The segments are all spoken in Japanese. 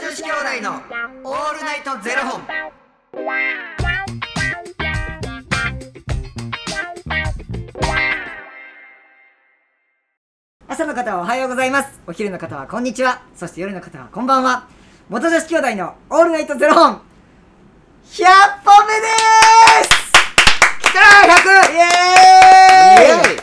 子兄弟のオールナイトゼロ本。朝の方はおはようございますお昼の方はこんにちはそして夜の方はこんばんは元女子兄弟のオールナイトゼロ本100本目です来た 100! イエーイ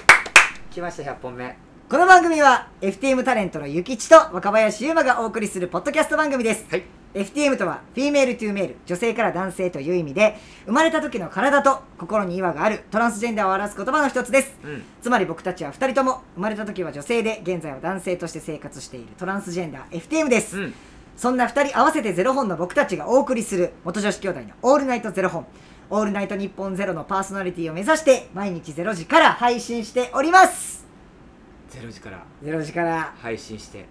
来ました100本目。この番組は FTM タレントのゆきちと若林優馬がお送りするポッドキャスト番組です、はい。 FTM とはフィメールトゥーメール女性から男性という意味で生まれた時の体と心に違和があるトランスジェンダーを表す言葉の一つですうん。つまり僕たちは2人とも生まれた時は女性で現在は男性として生活しているトランスジェンダー FTM です、うん。そんな2人合わせてゼロ本の僕たちがお送りする元女子兄弟の「オールナイトゼロ本」「オールナイト日本ゼロのパーソナリティを目指して毎日0時から配信しておりますゼロ時から0時から配信して。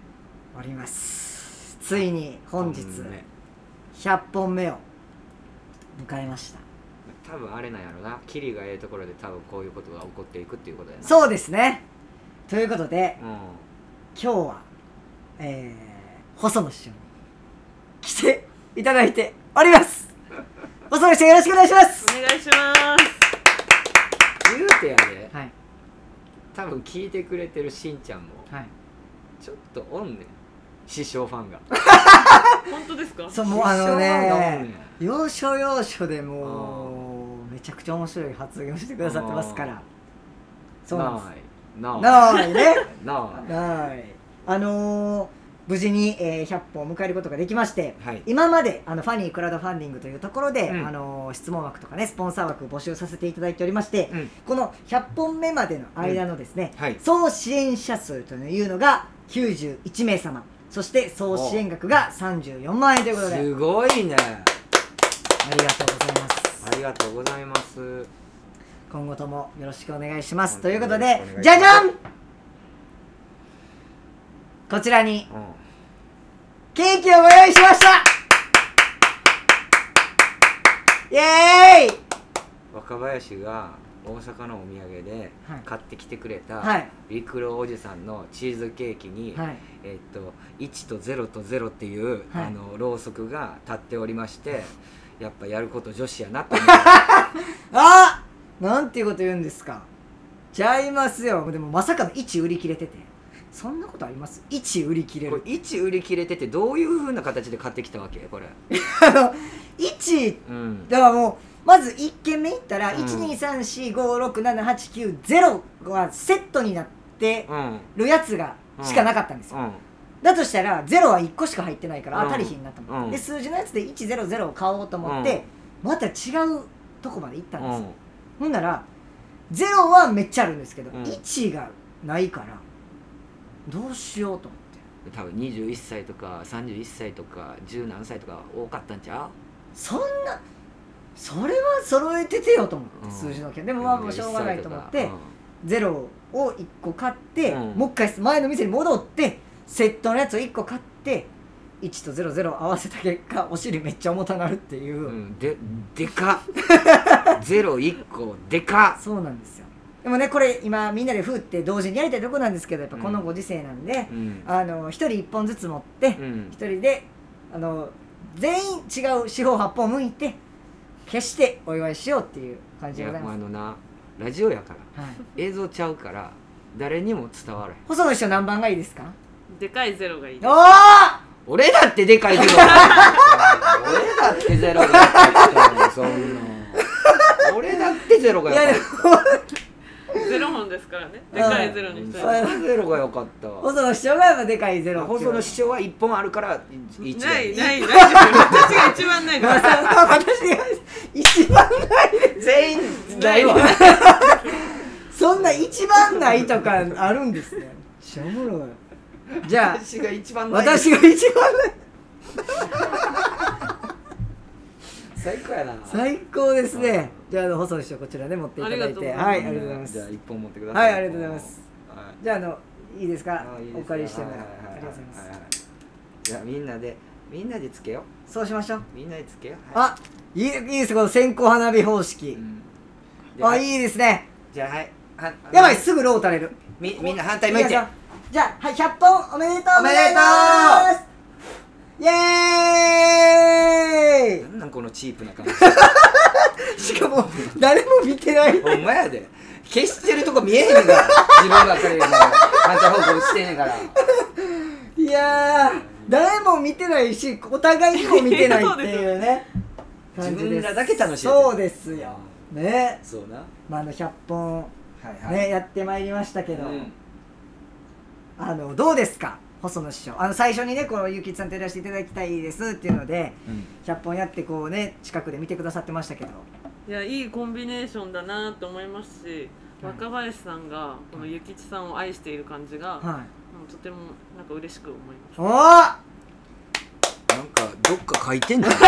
おりますついに本日うんね100本目を迎えました多分あれなんやろな。キリがええところで多分こういうことが起こっていくっていうことやな。そうですねということでうん。今日は、えー、細野師匠に来ていただいており ます細野師匠よろしくお願いしますお願いします言うてやで、はい多分聞いてくれてるしんちゃんも、はいちょっとおんねん。師匠ファンが。本当ですかそうもうあの師匠ファンがおねんねん要所要所でもうめちゃくちゃ面白い発言をしてくださってますからそうなんですなあ。なーいねなあ。なーいあのー無事に、えー100本を迎えることができまして、はい今まであのファニークラウドファンディングというところで、うんあのー質問枠とかねスポンサー枠を募集させていただいておりまして、うん。この100本目までの間のですね、はい。総支援者数というのが91名様そして総支援額が34万円ということでありすごいね。がとうございますありがとうございます。今後ともよろしくお願いしますということよろしでくお願いしますじゃじゃんこちらにうん。ケーキをご用意しましたイエーイ若林が大阪のお土産ではい買ってきてくれはたい陸郎おじさんのチーズケーキに、はいえっと1と0と0っていう、はいあのろうそくが立っておりましてやっぱやること女子やなと思ってあなんていうこと言うんですかちゃいますよでもまさかの1売り切れててそんなことあります ?1 売り 切れこれる1売り切れててどういうふうな形で買ってきたわけこれ、あの1うん、だからもうまず1軒目行ったら、うん12345678910はセットになってうんうんるやつがしかなかったんですよ、だとしたら0は1個しか入ってないから、うあん足りひんなと思って、うんで数字のやつで100を買おうと思って、また違うとこまで行ったんですよ、ほんなら0はめっちゃあるんですけど、うん1がないからどうしようと思ってうん、多分21歳とか31歳とか十何歳とか多かったんちゃそんなそれは揃えててよと思って、うん数字の件でうもまあもうしょうがないと思って、ゼロを1個買って、うんもう一回前の店に戻ってセットのやつを1個買って1と00合わせた結果お尻めっちゃ重たなるっていう、うん、ででかっ ゼロ一個でかっそうなんですよでもねこれ今みんなでフーって同時にやりたいとこなんですけどやっぱこのご時世なんで、うんあの1人1本ずつ持って、う1ん人であの全員違う四方八方向いて決してお祝いしようっていう感いじでやございまもうあす、のなラジオやからはい、映像ちゃうから誰にも伝わらへん細野師匠何番がいいですかでかいゼロがいいおー俺だってでかいゼロ 俺だってゼロがよかったよそんな俺だってゼロがいやでよもかっゼロ本ですからねでかいゼロたの人うんはそんなゼロがよかったわ細野師匠がやっぱでかいゼロ細野師匠は1本あるから1ないないない私が一番ないでまあす 私が一番全員ないわそんな一番ないとかあるんです ねしょうもろいじゃあ 私が一番ない私が一番ない最高やな最高ですねじゃああの細野師匠こちらね持っていただいてはいありがとうございまじゃあす一本持ってくださいはいありがとうございますはいじゃああのいいですかあいいですおよ借りしてもはあいはいりがとうございまはすははじゃあみんなでみんなでつけよそうしましょううみんなでつけようはいあいいいいですこの線香花火方式うんじゃあいいいですねじゃあはいはやばいすぐロー垂れるみみんな反対向いてじゃあはい100本おめでとうございますイエーイチープな感じしかも誰も見てないほんまやで消してるとこ見えへんから自分ばっかりもう反対方向してんねんからいやー誰も見てないしお互いにも見てないっていうね そう感じでですす自分らだけ楽しいそうですよねそうなまああの100本ね、はいやってまいりましたけうど、んあのどうですか細野師匠あの最初にねこのゆきつさんといらしていただきたいですっていうので100本やってこうね近くで見てくださってましたけどいやいいコンビネーションだなと思いますしはい若林さんがこの諭吉さんを愛している感じが、はいもうとてもなんか嬉しく思いますおーなんかどっか書い てんじゃん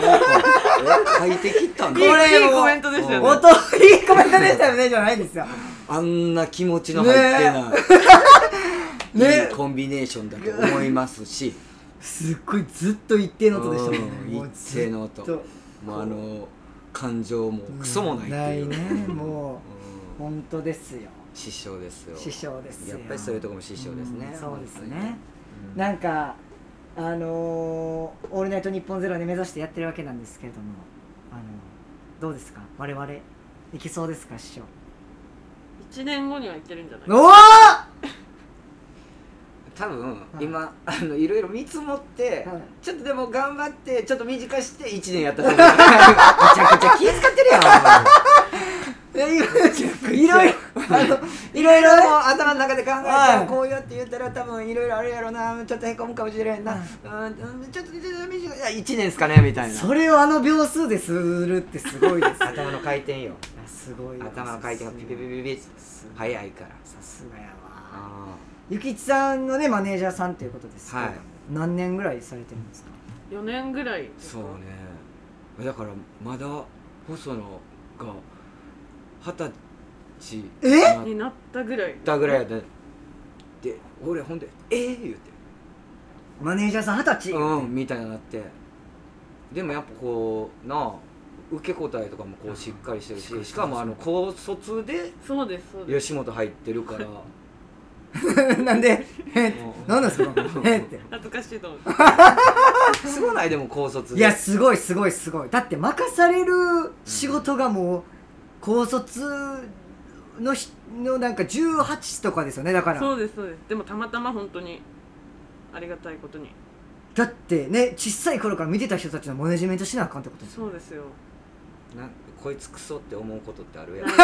なんかえ書いてきたんこだれいいもいいコメントでしたよね音いいコメントでしたよねじゃないですよ あんな気持ちの入ってない、ねいいコンビネーションだと思いますし、すっごいずっと一定の音でしたもんうんねもう一定の音ずっともうあの感情もクソもないっていう、ないねもううん本当ですよ師匠ですよ師匠ですよやっぱりそういうとこも師匠ですねうんそうです本ねなんかあのーオールナイトニッポンゼロ」で目指してやってるわけなんですけれどもあのどうですか我々いけそうですか師匠1年後にはいけるんじゃないおお当に多分今あのいろいろ見積もって、はいちょっとでも頑張ってちょっと短して1年やっ たと思うめちゃくちゃ気遣ってるやんお前いろいろあのいろいろ頭の中で考えはていこうやって言ったら多分いろいろあるやろなちょっとへこむかもしれんな、はいうんうんちょっとちょっと短いいや1年ですかねみたいなそれをあの秒数でするってすごいですよ 頭の回転よいやすごいわ頭の回転がピピピピピすごい早いからさすがやわあゆきちさんのねマネージャーさんということですけれども、はい何年ぐらいされてるんですか4年ぐらいですそかうねだからまだ細野が二十歳えになったぐらいだぐらいやでで俺ほんで「えー!」言うてマネージャーさん二十歳、うんみたいになってでもやっぱこうなあ受け答えとかもこうしっかりしてるししかもあの高卒でそうですそうです吉本入ってるからも なんでえう なんだそのえって恥ずかしいと思うすごないでも高卒いでやすごいすごいすごいだって任される仕事がもう高卒のひのなんか18とかですよねだからそうですそうですでもたまたま本当にありがたいことにだってね小さい頃から見てた人たちのマネジメントしなあかんってことですよそうですよなこいつクソって思うことってあるや全ん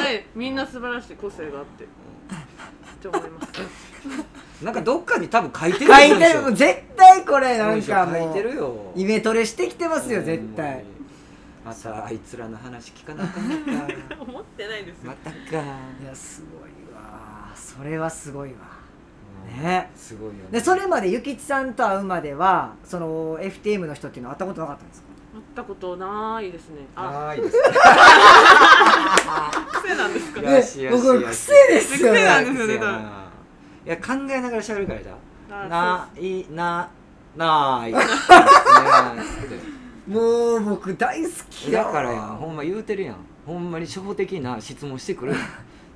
くないみんな素晴らしい個性があってって思いますなんかどっかに多分書いてる書いてるもう絶対これなんか書もいてるうよイメトレしてきてますよ絶対またあいつらの話聞かなあかん 思ってないですよまたかいやすごいわそれはすごいわねすごいよねでそれまでゆきちさんと会うまではその FTM の人っていうのは会ったことなかったんですか会ったことないですねああーいいです癖なんですかいねやよしよしよし僕癖ですよ癖なんねですよね多分いや考えながら喋るからじゃあなそいなないねもう僕大好きだわからやんほんま言うてるやんほんまに初歩的な質問してくるやん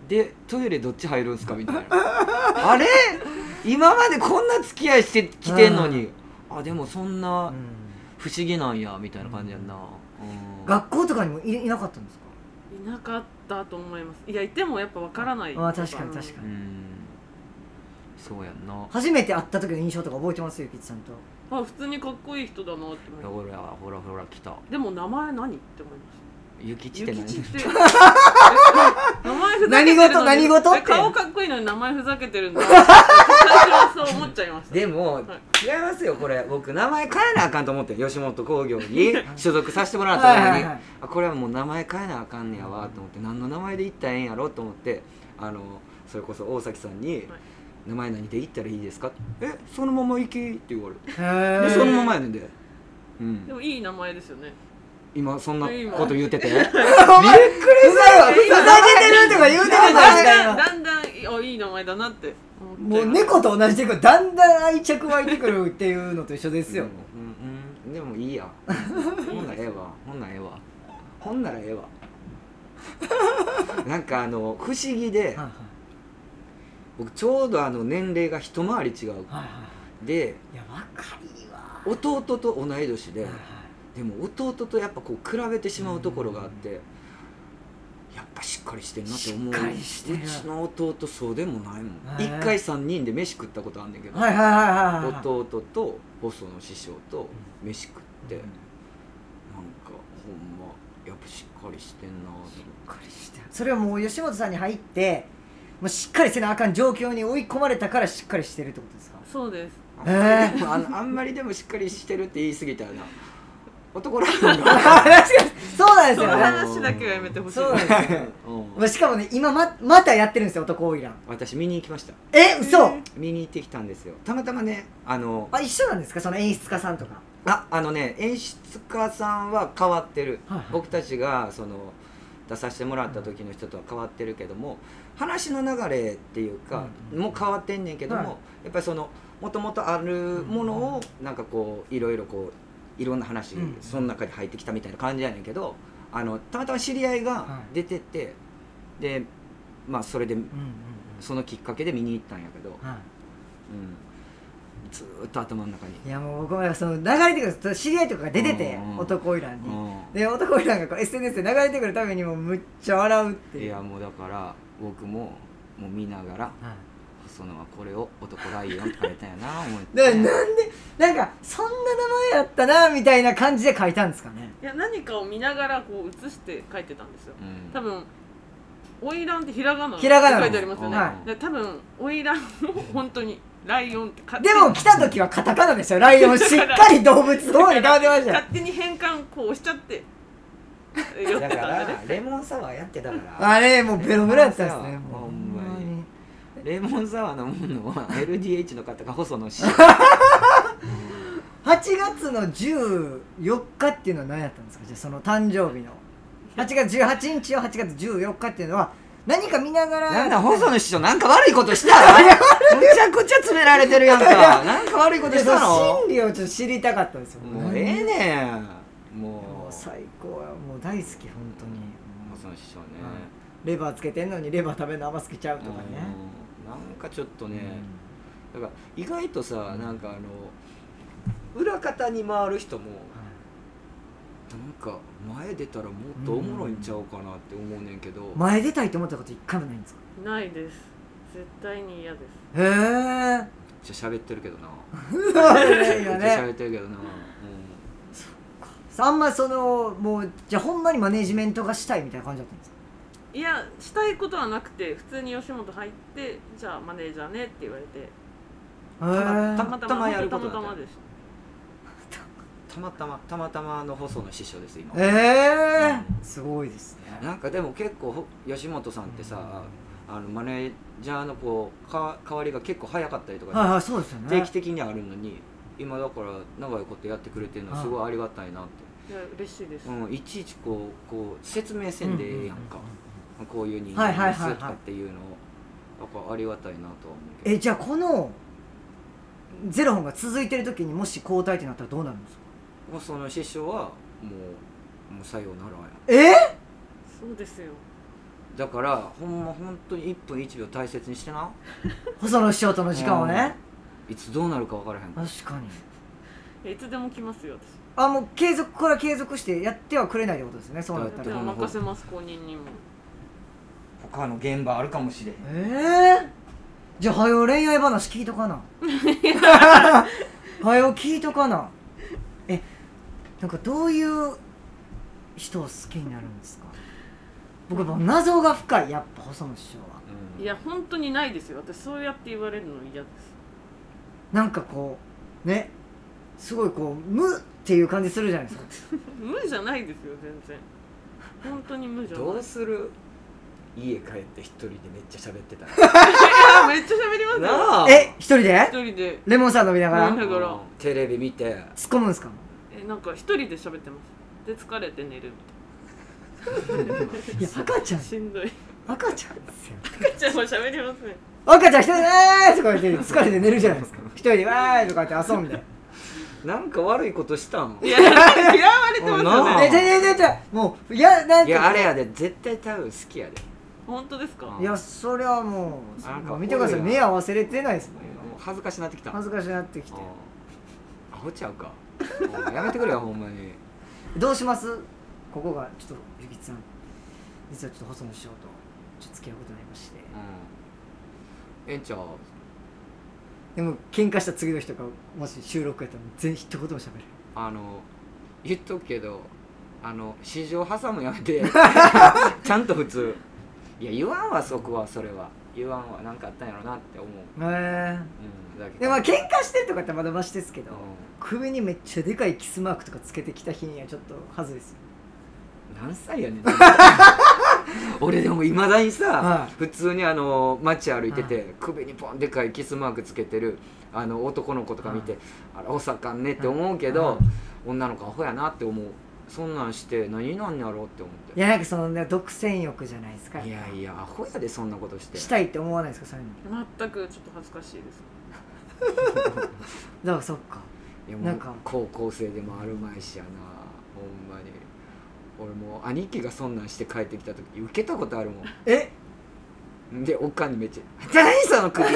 でトイレどっち入るんすかみたいな あれ今までこんな付き合いしてきてんのにあでもそんうなん不思議なんやみたいな感じやんな、うん学校とかにもいいなかったんですかういなかったと思いますいやいてもやっぱわからないあ確かに確かうにんそうやんな初めて会った時の印象とか覚えてますゆきちさんとにあ普通にかっこいい人だなっていや思うほらほらほら来たでも名前何って思いましたゆきちってゆき何ちってえ名前ふざけてるのに何事何事ってえ顔かっこいいのに名前ふざけてるんだ最初はそう思っちゃいましたでも、違いますよこれ僕名前変えなあかんと思って吉本興業 に所属させてもらった時に、はいはいはいあこれはもう名前変えなあかんねやわと思って何の名前で行ったらええんやろと思ってあのそれこそ大崎さんに、名前何で行ったらいいですか?」えそのまま行け」って言われて、へでえそのままやねんで、うでん、もいい名前ですよね今そんなこと言 っててびっくりしたふざけてよるとか言うてるだんじゃないだんかだんだんあいい名前だなって思っちゃいもうました猫と同じでだんだん愛着湧いてくるっていうのと一緒ですよ、うんうん、でもいいやほんならええわほんならええわほんならええ わなんかあの不思議ではい僕ちょうどあの年齢が一回り違うはいはいはでいいやわかるわ弟と同い年で、はいはいでも弟とやっぱこう比べてしまうところがあって、やっぱしっかりしてんなって思うしっかりしてるうちの弟そうでもないへもんえ一回3人で飯食ったことあんねんけど、はいはいはいはいはい弟と細野師匠と飯食って、なんかほんまやっぱしっかりしてんなと思ってしっかりしてるそれはもう吉本さんに入ってもうしっかりせなあかん状況に追い込まれたからしっかりしてるってことですかそうですえーあのあんまりでもしっかりしてるって言い過ぎたらな男らしいん確 だかにそうなんでそすのよね話だけはやめてほしいそうなんですようんまあしかもね今ままたやってるんですよ男オイラン私見に行きましたえ嘘、えー見に行ってきたんですよたまたまねあのあ一緒なんですかその演出家さんとかああのね演出家さんは変わってる、はいはい僕たちがその出させてもらった時の人とは変わってるけども話の流れっていうか、うんもう変わってんねんけども、はいやっぱりそのもともとあるものをなんかこういろいろこういろんな話、うんその中に入ってきたみたいな感じやねんけどあのたまたま知り合いが出てって、でまあそれでうんうんそのきっかけで見に行ったんやけど、はうん、ずーっと頭の中に。い、いやもう僕もその流れてくる知り合いとかが出ててうんうん男オイランにうんで男オイランがこう SNS で流れてくるためにもうむっちゃ笑うっていういやもうだから僕ももう見ながらはい細野はこれを男ライオンって書いたんやな思っだからてなんでなんかそんな名前やったなみたいな感じで書いたんですかねいや何かを見ながらこう写して書いてたんですようん多分オイランってひらがなひらがなって書いてありますよね、はいで多分オイランも本当にライオンって勝手でにも来た時はカタカナでしたよライオンしっかり動物の方に変わってましたよ勝手に変換こう押しちゃって寄ってだかたんだねらレモンサワーやってたからあれもうベロベロやったんですねほもうんまにレモンサワーのものは LDH の方が細野氏8月の14日っていうのは何やったんですかじゃあその誕生日の8月18日を8月14日っていうのは何か見ながらなんだ細野師匠なんか悪いことしたむちゃくちゃ詰められてるやんかなんか悪いことでしそたのの心理をちょっと知りたかったんですよもうええねんももうう最高やもう大好き本当に細野師匠ねレバーつけてんのにレバー食べるの甘すぎちゃうとかねうんなんかちょっとね、だから意外とさなんかあの裏方に回る人もなんか前出たらもっとおもろいんちゃうかなって思うねんけど、うん前出たいと思ったこと一回もないんですかないです絶対に嫌ですへえめっちゃ喋ってるけどな、そうめよっちゃね喋ってるけどな、うんあんまそのもうじゃあほんまにマネジメントがしたいみたいな感じだったんですかいやしたいことはなくて普通に吉本入ってじゃあマネージャーねって言われてまたたへまたたままやるたことだまったよたまでしたまたまたまたまの細野師匠です今ええうすごいですねなんかでも結構ほ吉本さんってさあのマネージャーのこうか変わりが結構早かったりとか、はいはいそうですよね定期的にあるのに今だから長いことやってくれてるのすごいありがたいなっていや嬉しいです、うん、いちいちこうこう説明せんでええやんか、こういう人はい間はいですはいはいとかっていうのをやっぱありがたいなとは思うけどえじゃあこのゼロ本が続いてる時にもし交代ってなったらどうなるんですかもうその師匠はもうもうさようならやえそうですよだからほんま本当に1分1秒大切にしてな細野師匠との時間をねいつどうなるか分からへんから確かにいつでも来ますよ私あもう継続これは継続してやってはくれないってことですねそうなっただでっらても任せます公認にも他の現場あるかもしれへんええじゃあはよ恋愛話聞いとか なはよ聞いとかなえなんかどういう人を好きになるんですか僕やっぱ謎が深いやっぱ細野師匠はうんいや本当にないですよ私そうやって言われるの嫌ですなんかこうねすごいこう無っていう感じするじゃないですか無じゃないですよ全然本当に無じゃないどうする家帰って一人でめっちゃ喋っ てたいや めっちゃ喋りますよなあえ一人で一人でレモンサワー飲みながら飲突みなっだからうんテレビ 見て込むんですかえなんか一人で喋ってますで疲れて寝るみいや赤ちたゃいんなしんどい赤ちゃんですよ赤ちゃんも喋りますね赤ちゃん一人で「わーい!」とか言って疲れて寝るじゃないですか一人で「わーい!」とか言って遊んでなんか 悪いことしたんいや嫌われてますおよなねあえじゃじゃじゃもういやなんいかやあれやで絶対多分好きやで本当ですかいやそれはもうなんかもう見てください多いな目合わせれてないですもん恥ずかしなってきた恥ずかしくなってきてあホちゃうかお前やめてくれよほんまにどうしますここがちょっとゆきつさん実はちょっと細野師匠とちょっと付き合うことになりましてうんえんちゃんでも喧嘩した次の日とかもし収録やったら全一言も喋るあの言っとくけどあの市場挟むやめ てちゃんと普通いや言わんわそこはそれは言わんわなんかあったんやろなって思う、へうん、だけどでもまあ喧嘩してるとかってまだマシですけど、う首にめっちゃでかいキスマークとかつけてきた日にはちょっとはずいですよん何歳やねん 俺でもいまだにさ、はい普通にあの街歩いてて、首にポンでかいキスマークつけてるあの男の子とか見て、あらお盛んねって思うけど、はい女の子アホやなって思うそんなんして何なんやろうって思っいてやなんかそのね独占欲じゃないですかいやいやアホやでそんなことしてしたいって思わないですかそういうの全くちょっと恥ずかしいですだからそっか いやもうなんか高校生でもあるまいしやなほんまに俺もう兄貴がそんなんして帰ってきた時受けたことあるもえんでおっかんにめっちゃ「じゃあ何その首!」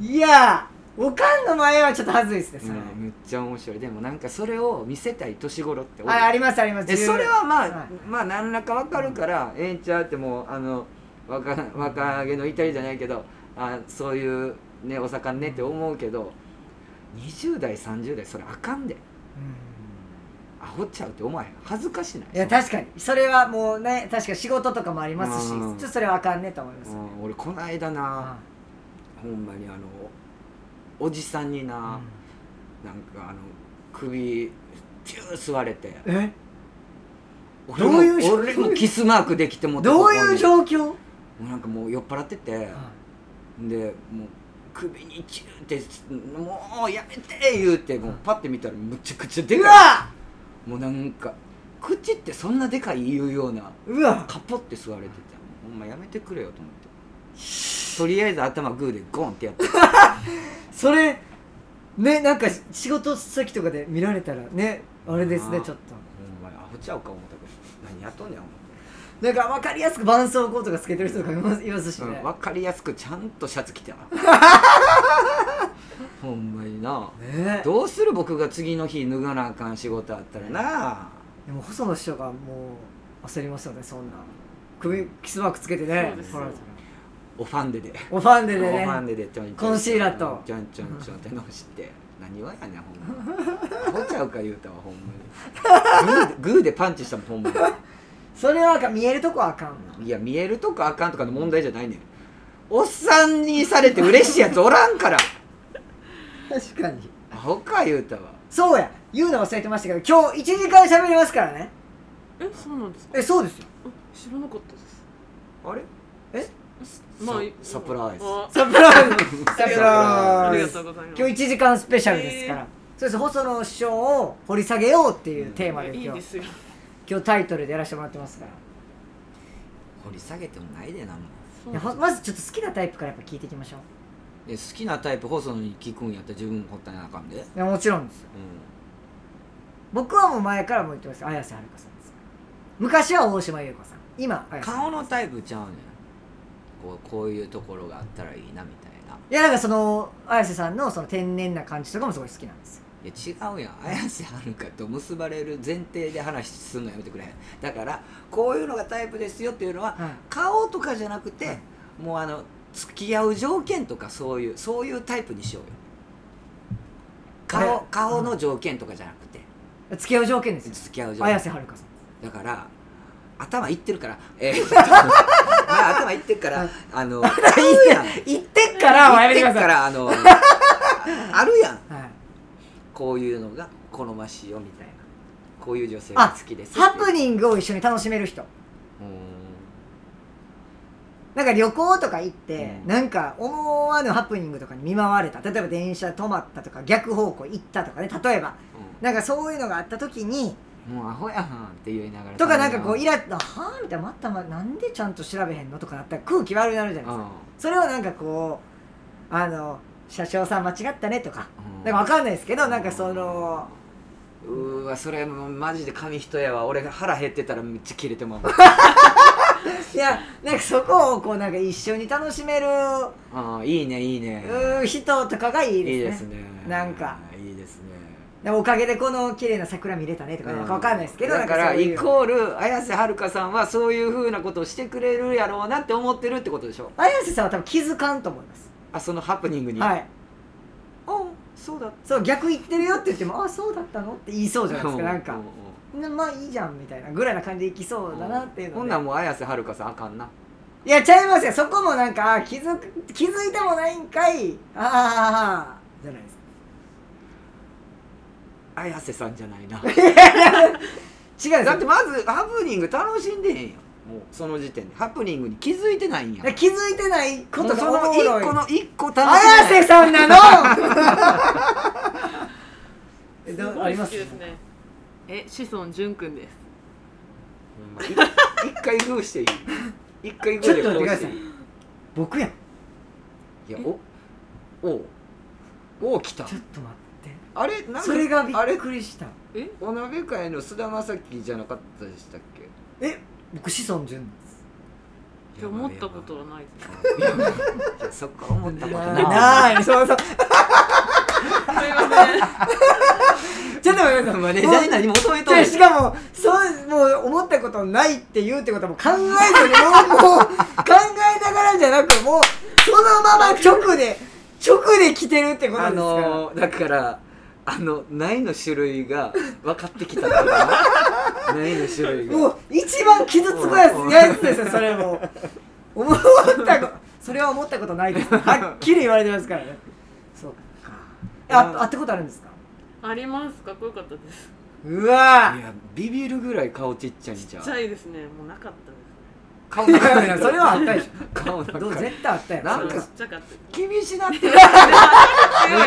いやおかんの前はちょっとはずいですねそれ、うんめっちゃ面白いでもなんかそれを見せたい年頃って多いあありますありますえそれはまあ、はいまあ何らかわかるから、ええんちゃうってもうあの若若気の至りじゃないけどあそういうねお魚ねって思うけど20代30代それあかんでうんアホちゃうって思わへん恥ずかしないいや確かにそれはもうね確か仕事とかもありますしちうょっんとそれはあかんねと思います、うん俺この間な、ほんまにあのおじさんにな、なんかあの首チュー吸われてうんえ俺もどういう状況俺もキスマークできてもうてどうここいうに状況もうなんかもう酔っ払ってて、でもう首にチューってもうやめて言うてもうパッて見たらむちゃくちゃでうかわいもうなんか口ってそんなでかい言うようなうわカポって吸われててほんまやめてくれよと思ってとりあえず頭グーでゴンってやってそれねなんか仕事先とかで見られたらねあれですねあーちょっとお前アホちゃうか思ったけど何やっとんねん思っ、なんか分かりやすく絆創膏とかつけてる人とかいますいますしてね、分かりやすくちゃんとシャツ着てな ほんまになねどうする僕が次の日脱がなあかん仕事あったらなでも細野師匠がもう焦りますよねそんな首キスマークつけてねそうですほらおファンデでおファンデでおファンねデでちょんちょんコンシーラーとちょんちょんちょんってのをして何はやねんほんまにアホちゃうか言うたわほん まにグーでグーでパンチしたもんほんまにそれはあかん見えるとこはあかんないや見えるとかあかんとかの問題じゃないねんおっさんにされて嬉しいやつおらんから確かにアホか言うたわそうや言うの忘れてましたけど今日1時間喋りますからねえそうなんですかえそうですよあ知らなかったですあれまあササプライズあサプライズ サプあラりイがズとうございます今日1時間スペシャルですから、えーそうです細野師匠を掘り下げようっていうテーマでいい今で日すよ今日タイトルでやらせてもらってますから掘り下げてもないでなもうそういやほまずちょっと好きなタイプからやっぱ聞いていきましょえ好きなタイプ細野に聞くんやったら自分も掘ったなあかんで、うん、ういやもちろんですよ僕はもう前からも言ってます綾瀬はるかさんです昔は大島優子さん今綾瀬はる顔のタイプちゃうねんこうこういうところがあったらいいなみたいないやなんかその綾瀬さんのその天然な感じとかもすごい好きなんですよいや違うやん綾瀬はるかと結ばれる前提で話するのやめてくれへんだからこういうのがタイプですよっていうのは、はい顔とかじゃなくて、はいもうあの付き合う条件とかそういうそういうタイプにしようよあ顔れ顔の条件とかじゃなくて付き合う条件ですよ付き合う条綾件瀬はるかさんだから頭いってるからえーまあ頭いってるからあの言うやん言ってっ からはやめてく言だってるかさらあの あるやんい、はい、こういうのが好ましいよみたいなこういう女性があ好きですハプンニングを一緒に楽しめる人なんか旅行とか行って、うんなんか思わぬハプニングとかに見舞われた例えば電車止まったとか逆方向行ったとかね例えばなんかそういうのがあった時にもうアホやんって言いながらとかなんかこうイらラッと「はあ?」みたいな「またまなんでちゃんと調べへんの?」とかなったら空気悪くなるじゃないですか、それをなんかこうあの「車掌さん間違ったね」とか、うんなんかわかんないですけどなんかその うーわそれもうマジで紙一重やわ俺が腹減ってたらめっちゃキレてまうわいやなんかそこをこうなんか一緒に楽しめるああいいねいいねうん人とかがいいいいですねですねなんかいいですねでおかげでこの綺麗な桜見れたねとかなんかわかんないですけど、だなかんらそういうイコール綾瀬はるかさんはそういうふうなことをしてくれるやろうなって思ってるってことでしょ綾瀬さんは多分気づかんと思います、あそのハプニングに、はいあそうだっそう逆言ってるよって言っても「あそうだったの?」って言いそうじゃないですかなんかなまあいいじゃんみたいなぐらいな感じでいきそうだなっていうのでほんならもう綾瀬はるかさんあかんないやちゃいますよそこもなんかあ気づく気づいてもないんかいああじゃないです綾瀬さんじゃないな違うんですだよってまずハプニング楽しんでへんやんもうその時点でハプニングに気づいてないんやん気づいてないこもとうそがおのもろ一い個の一個楽しんで綾瀬さんなの えすどうごありい好まきすですねえ子孫淳くんですほんまい一回グーしていい一回グちょっーでと待こってくだうしてさいいい僕やんいやおおうおう来たちょっと待っあれなんかてそれがびあっれくりしたえお鍋会の菅田将暉じゃなかったでしたっけえ僕子孫淳ですって思ったことはないですいやいやそっか思ったことないないそうそうすいませんちょっと待ってくださいマネージャーに何求めとじゃあんねんしかもそうもう思ったことないって言うってことはもう考えずにもうもう考えながらじゃなくもうそのまま直で直で来てるってことですから、あのーだからあのないの種類が分かってきたって ことだなないの種類がもう一番傷つくやうんつやつですよそれもう思ったこそれは思ったことないですはっきり言われてますからねそうかああってことあるんですかありますかっこよかったですうわいやビビるぐらい顔ちっちゃいんじゃんちっちゃいですねもうなかったで顔いなやいやそれは あったでし顔ょなんどうか絶対あったよなすんねかちっちゃか ったです厳しなってるめっ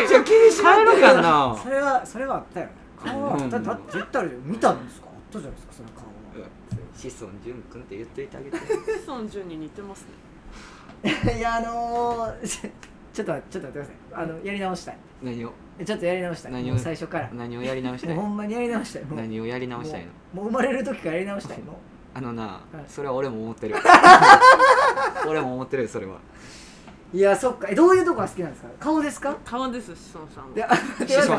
ち強ゃい厳しなってるやんなそれはそれはあったよ顔はあっただって絶対あるよ見たんですかあったじゃないですかその顔は子孫淳君って言っといてあげて子孫淳に似てますね いやあのー、 ちょっと待ってちょっと待ってくださいあのやり直したい何 をちょっとやり直したい何をもう最初からも何をやり直したういほんまにやり直したいもう何をやり直したいのもうもう生まれる時からやり直したいのあのな、はいそれは俺も 思ってる俺も思ってるよそれはいやそっかえどういうとこが好きなんですか顔ですか顔です子孫さんではあ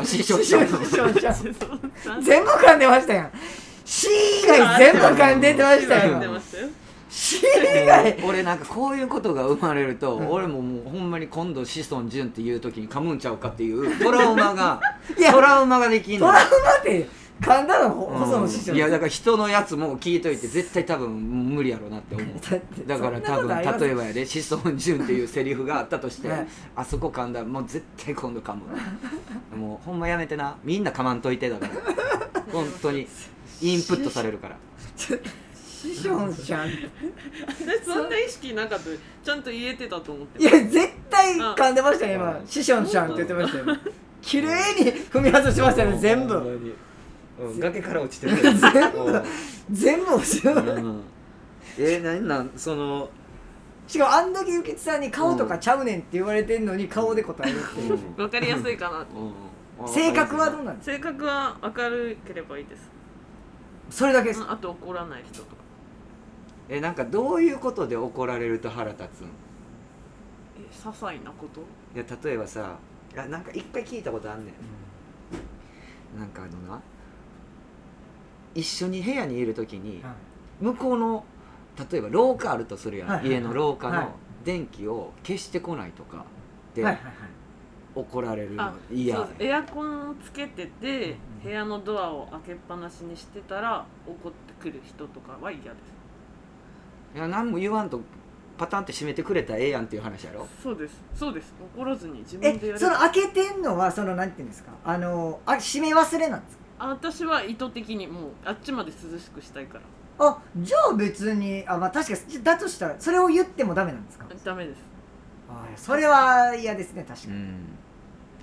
師匠師匠師匠師匠師匠子孫さん全部噛んでましたやん「し」以外全部噛んでてました言噛ってよましたよ「し」以外俺なんかこういうことが生まれると、うん俺ももうほんまに今度子孫淳っていう時に噛むんちゃうかっていうトラウマが いやトラウマができんトのラウマって噛んだのほうん細野師匠いやだから人のやつも聞いといて絶対多分無理やろう なって思うだってだから多そんなことありま分せん例えばやで「子孫淳」っていうセリフがあったとして、はいあそこ噛んだらもう絶対今度噛むもうほんまやめてなみんな噛まんといてだから本当にインプットされるから師匠じゃんい私そんな意識なかったですちゃんと言えてたと思ってますや絶対噛んでましたよう今ん「師匠じゃん」って言ってましたよ今綺麗に踏み外しましたよね全ほんま部にうん崖から落ちてる全部全部押しえなんなんその しかもあんだけゆきつさんに「顔とかちゃうねん」って言われてんのに顔で答えるっていうわかりやすいかな うん性格はどうなんですか性格は明るければいいですそれだけですうんあと怒らない人とかえなんかどういうことで怒られると腹立つんえ些細なこといや例えばさあなんか一回聞いたことあんねんなんかあのな一緒に部屋にいる時に向こうの例えば廊下あるとするやん、はいはいはい家の廊下はいの電気を消してこないとかではいはいはい怒られるのあ嫌、そうですエアコンをつけててうん部屋のドアを開けっぱなしにしてたら怒ってくる人とかは嫌でいや何も言わんとパタンって閉めてくれたらええやんっていう話やろすそうですそうです怒らずに自分でやえるその開けてんのはそのなんていうんですかあのあ閉め忘れなんですかあ私は意図的にもうあっちまで涼しくしたいからあじゃあ別にあまあ確かにだとしたらそれを言ってもダメなんですかダメですあそれは嫌ですね確かうに、ん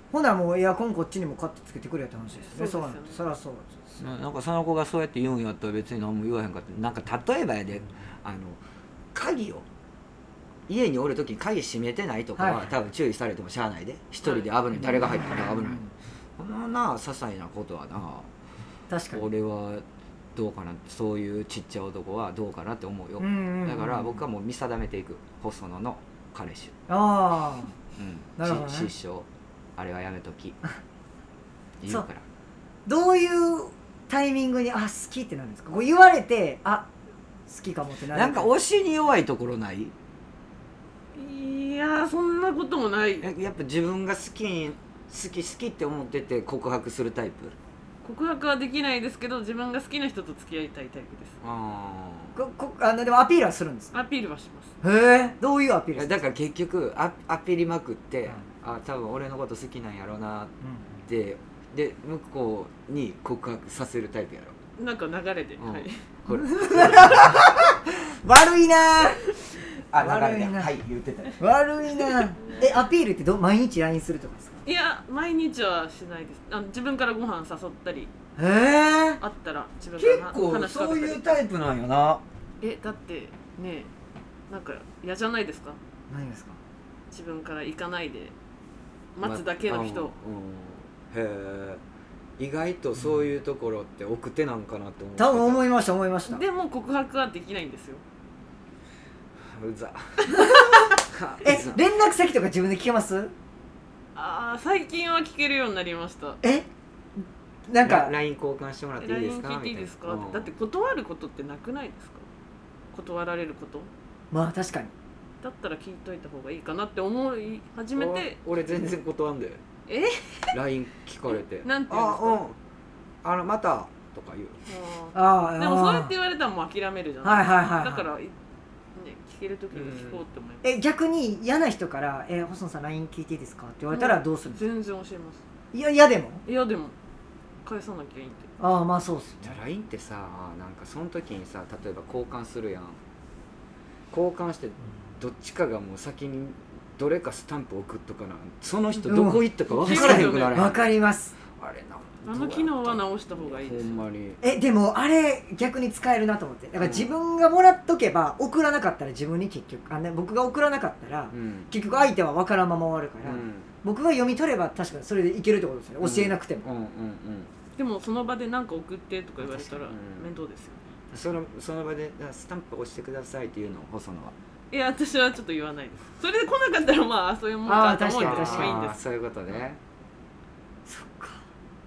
ほなもうエアコンこっちにも買ってつけてくれやって話ですねそそううなですよねんですそりゃそうですななんかその子がそうやって言うんやったら別に何も言わへんかったなんか例えばやであの鍵を家におる時に鍵閉めてないとかは、はい多分注意されてもしゃあないで一人で危ない、はい誰が入ったら危ない、うんこんなな些細なことはな確かに俺はどうかなそういうちっちゃい男はどうかなって思うよ、うんうんうんだから僕はもう見定めていく細野の彼氏、あうんなるほどねし失笑あれはやめとき言うからーどういうタイミングにあ好きってなるんですかこう言われてあ好きかもってなるなんか推しに弱いところないいやーそんなこともないえやっぱ自分が好きに好き好きって思ってて告白するタイプ告白はできないですけど自分が好きな人と付き合いたいタイプですあここあのでもアピールはするんですかアピールはしますへえどういうアピールするんでだから結局アアピりまくって、あ多分俺のこと好きなんやろうなっすかてで向こうに告白させるタイプやろなんか流れで、うんはいこ れうん悪いなーあ流悪れいてなはい言ってたよ悪いなえアピールってど毎日 LINE するとかですかいや毎日はしないですあの自分からご飯誘ったりへえあったら自分結から構話しかけそたうりいうタイプなんよなえだってねえなんか嫌じゃないですか何ですか自分から行かないで待つだけの人、まあうんうんへえ意外とそういうところって奥手なんかなって思ってた多分思いました思いましたでも告白はできないんですよう ざえうざ連絡先とか自分で聞けますああ最近は聞けるようになりましたえなんかラ LINE 交換してもらっていいで LINE すか聞いていいですかみたいなだって断ることってなくないですか断られることまあ確かにだったら聞いといた方がいいかなって思い始めてお俺全然断んで え LINE 聞かれてなんて言うんですあかうんあのまたとか言うああーあでもそうやって言われたらもう諦めるじゃはないいはいはい、はい、だからいね聞ける時に聞こうって思いますえ逆に嫌な人から「え細野さん LINE 聞いていいですか?」って言われたらどうするんですか、全然教えますいや嫌でもいやでも返さなきゃいいんでああまあそうっすじゃねあ LINE ってさなんかその時にさ例えば交換するやん交換してどっちかがもう先にどれかスタンプ送っとかなその人どこ行ったか分からへんくならへんわかりますあれなあの機能どはうやっ直した方がいいたでほすんまにえでもあれ逆に使えるなと思ってだからうん自分がもらっとけば送らなかったら自分に結局あ、ね、僕が送らなかったらうん結局相手は分からんまま終わるから、うん僕が読み取れば確かにそれでいけるってことですよね教えなくても、うんうんうんでもその場で何か送ってとか言われたら確かにうん面倒ですよねそのその場であスタンプ押してくださいっていうのを細野はいや私はちょっと言わないですそれで来なかったらまあそういうもんあかーと思うんで確かにまあいいんあーですそういうことねそっか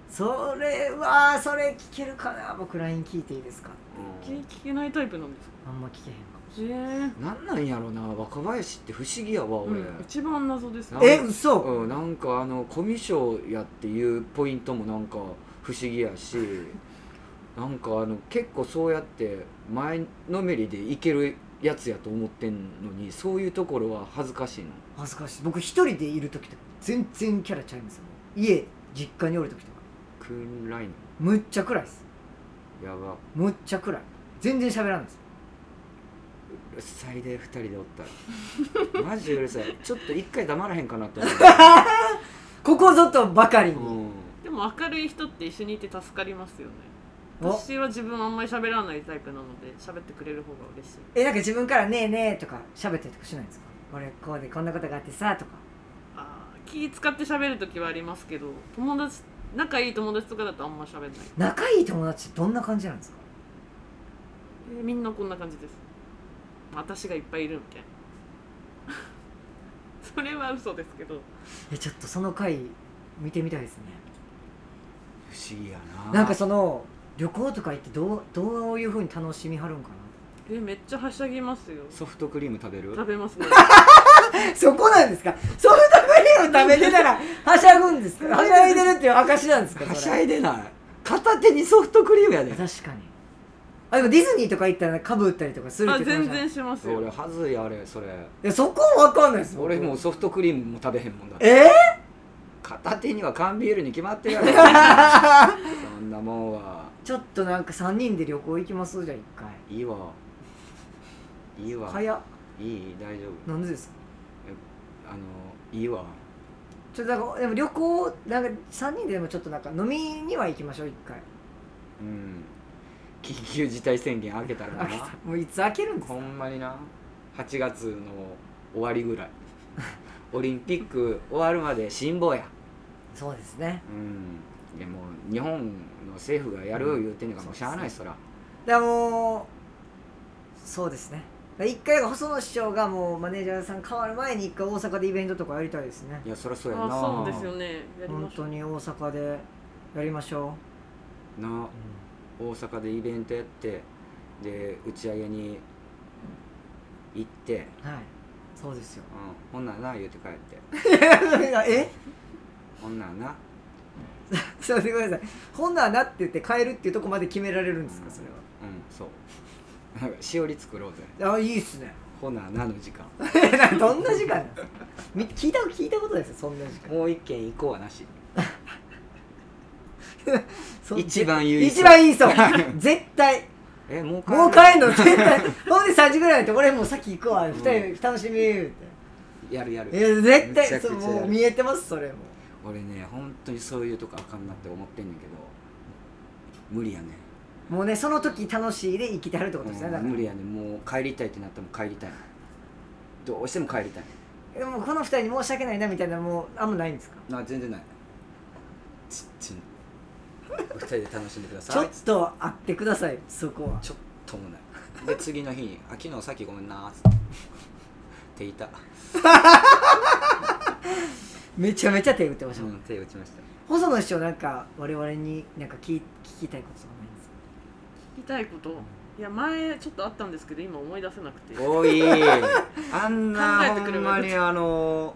それはそれ聞けるかな僕 LINE 聞いていいですか聞聞けないタイプなんですかあんま聞けへんかへえなんなんやろな若林って不思議やわう俺、ん、一番謎ですねなんえか嘘、うん、なんかあのコミュ障やっていうポイントもなんか不思議や しなんかあの結構そうやって前のめりでいけるやつやと思ってんのにそういうところは恥ずかしいの恥ずかしい僕一人でいる時とか全然キャラちゃいますよ家実家におる時とかクーンラインむっちゃ暗いですやばむっちゃ暗い全然喋らないですうるさいで2人でおった らマジでうるさいちょっと一回黙らへんかなと思ここぞとばかりに、う、うん、でも明るい人って一緒にいて助かりますよねお私は自分あんまり喋らないタイプなので喋ってくれる方が嬉しいえなんか自分から「ねえねえ」とか喋ったりとかしないんですか俺こうでこんなことがあってさとかあー気使って喋る時はありますけど友達仲いい友達とかだとあんま喋んない仲いい友達ってどんな感じなんですかえーみんなこんな感じです私がいっぱいいるみたいな それは嘘ですけどえちょっとその回見てみたいですね不思議やななんかその旅行とか行ってどうどういうふうに楽しみはるんかなえめっちゃはしゃぎますよソフトクリーム食べる食べますね そこなんですかソフトクリーム食べてたらはしゃぐんですか はしゃいでるっていう証なんですかそれはしゃいでない片手にソフトクリームやで確かにあでもディズニーとか行ったらかぶったりとかするっあてことじゃん全然します俺よはずいあれそれいやそこわかんないです僕俺もうソフトクリームも食べへんもんだって え 片手には缶ビールに決まってるやろ そんなもんはー、ちょっとなんか3人で旅行行きますじゃあ一回いいわいいわ早っいい大丈夫なんでですかあのいいわちょっとなんかでも旅行なんか3人でもちょっとなんか飲みには行きましょう一回うん緊急事態宣言開けたらな開けたもういつ開けるんですほかんまにな8月の終わりぐらい オリンピック終わるまで辛抱やそうですねうんでも日本の政府がやる言うてんねんからもうしゃあないっすらだからもうそうですねだから一回細野師匠がもうマネージャーさん変わる前に一回大阪でイベントとかやりたいですねいやそりゃそうやなあそうですよねやりま本しょ当うに大阪でやりましょなう、大阪でイベントやってで打ち上げに行って、はいそうですようん、ほんならな言うて帰って えほんならなちょっと待ってくださいほんならなって言って変えるっていうとこまで決められるんですかそれうんそうなんかしおり作ろうぜはあいいっすね ほななの時間どんな時間なのみ聞いた聞いたことですよそんな時間もう一軒行こうはなしそ一番言いそう一番言いそう 絶対えもう帰るもう帰んの絶対ほんで3時ぐらいになって俺もう先行くわ二人楽しみ言うやるやるていや絶めちゃ対くちそゃうやるもう見えてますそれも俺ね本当にそういうとこあかんなって思ってんねんけど無理やねもうねその時楽しいで生きてはるってことですねだかうんら無理やねもう帰りたいってなっても帰りたいどうしても帰りたいでもこの二人に申し訳ないなみたいなのもあんまないんですかな全然ないちっちんお二人で楽しんでくだちょさっいと会ってくださいそこはちょっともないで次の日に「あ昨日さっきごめんな」っつって手いた、めちゃめちゃ手打ってました、うん、手打ちました細野師匠なんか我々になんか聞聞きたいこととかないんですか聞きたいこといや前ちょっとあったんですけど今思い出せなくておいあんな考えてほくれんまにあの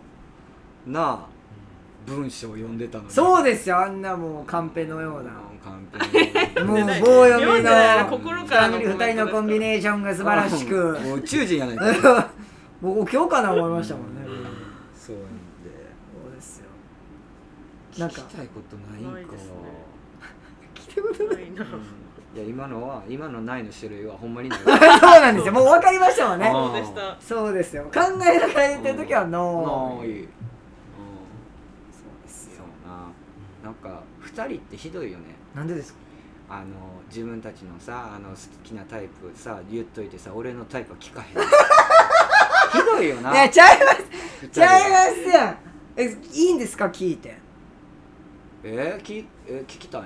なあ文章読んでたのにそうでですよあんなもうカンペのような完璧もう棒読読みんでないのな心からのコメント2人のコンビネーションが素晴らしくもう宇宙人 やないか僕今日かな思いましたもんねそうなんでそうですよなん聞かきたいことないんかないですね聞いたこと ないないなうんいや今のは今のないの種類はほんま にないそうなんですよもう分かりましたもんねあそうでしたそうですよ考えながら言ってる時はノーないうんそうですそようななんか2人ってひどいよねなんでですかあの自分たちのさあの好きなタイプさ言っといてさ俺のタイプは聞か へんひどいよないやちゃいます二人ちゃいますやんえいいんですか聞いてえー、きえー聞きたい ん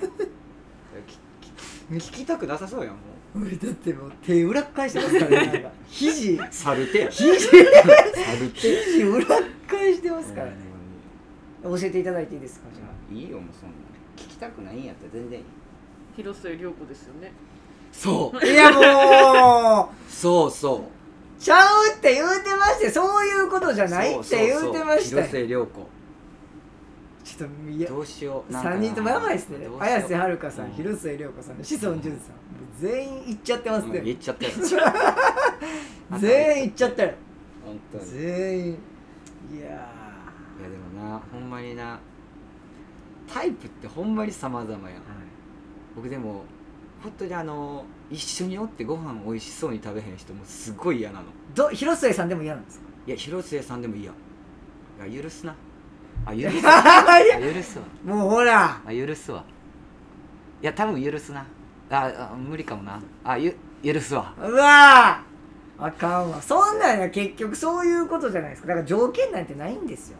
え聞き聞きたくなさそうやんもう俺だってもう手裏っ返してますからねなんか 肘サルテやサ肘ルテ肘裏っ返してますからねほんまに教えていただいていいですかじじゃゃあいいよもうそんな聞きたくないんやったら全然いい広末涼子ですよねそあいやもうそうそううちゃうって言うてましてそういうことじゃないそうっそうて言そううてましたよ広末涼子ちょっといやどうしようなんかな3人ともやばいですねどうしよう綾瀬はるかさうんん広末涼子さん志尊淳さん全員行っちゃってますうん言ねっちゃ ったよ全員行っちゃったよ本当にい全員いややでもなほんまになタイプってほんまに様々やんー僕でも本当にあの一緒におってご飯美味しそうに食べへん人もすごい嫌なのど広末さんでも嫌なんですか いや広末さんでもいいやいや許すなあ許 すわいやあ許すわもうほらあ許すわいや多分許すなああ無理かもなあゆ許すわうわーあかんわそんなんや結局そういうことじゃないですかだから条件なんてないんですよ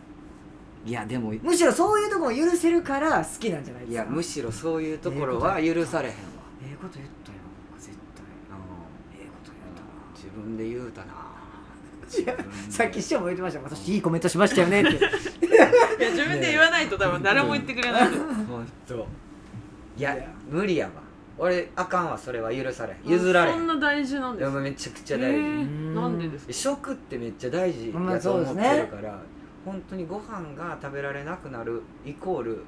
いやでもいむしろそういうとこも許せるから好きなんじゃないですかやむしろそういうところは許されへんわええこと言ったよ僕絶対うんええこと言自分で言うたなうたなさっき師匠も言ってましたよ私いいコメントしましたよねって いや自分で言わないと多分誰も言ってくれないと思う本当いやいや無理やわ俺あかんわそれは許されへん譲られへそんんな大事なんいでやすねめちゃくちゃ大事、えーなんでですか食ってめっちゃ大事まあだと思っそうてでるすから、本当にご飯が食べられなくなるイコール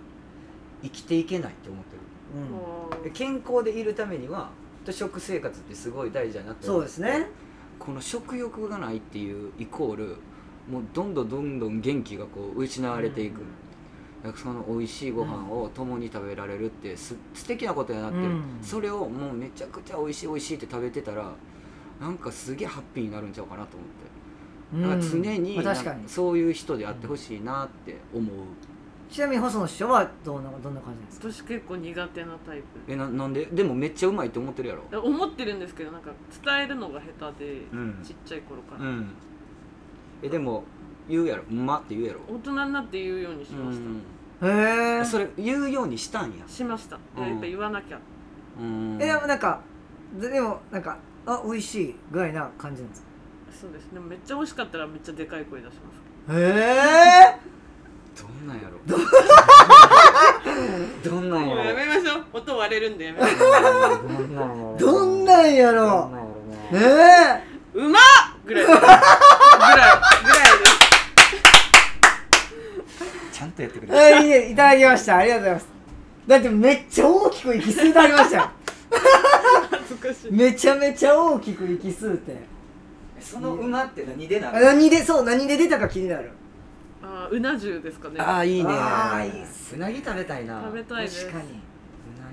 生きていけないって思ってるうんもう健康でいるためには食生活ってすごい大事だなって思そうですねこの食欲がないっていうイコールもうどんどんどんどん元気がこう失われていく、なんかその美味しいご飯を共に食べられるってす素敵なことやなって、うんそれをもうめちゃくちゃ美味しい美味しいって食べてたらなんかすげえハッピーになるんちゃうかなと思って。うんなんか常にまあ確かになんかそういう人であってほしいなって思う、ちなみに細野師匠はどんなどんな感じなんですか私結構苦手なタイプえななんででもめっちゃうまいって思ってるやろだから思ってるんですけどなんか伝えるのが下手で、んちっちゃい頃から、うんえでも言うやろ「うま」って言うやろ大人になって言うようにしうました、んへえそれ言うようにしたんやしました、うんやっぱ言わなきゃううんえでもなんかででもなんかあ美味しいぐらいな感じなんですかそうですねめっちゃ美味しかったらめっちゃでかい声出しますへえどんなんやろ どんなんもうややめましょう音割れるんでやめましょろどんなんやろどんなんやどろんなんやろなね えううまっぐらいですぐらいぐらいですちゃんとやってくれあいいえいただきましたありがとうございますだってめっちゃ大きく息吸うてありました よ恥ずかしいめちゃめちゃ大きく息吸うてその馬って何でなあ何でそう何で出たか気になるあーうな重ですかねああいいねあーいいっすうなぎ食べたいな食べうなたいです確かに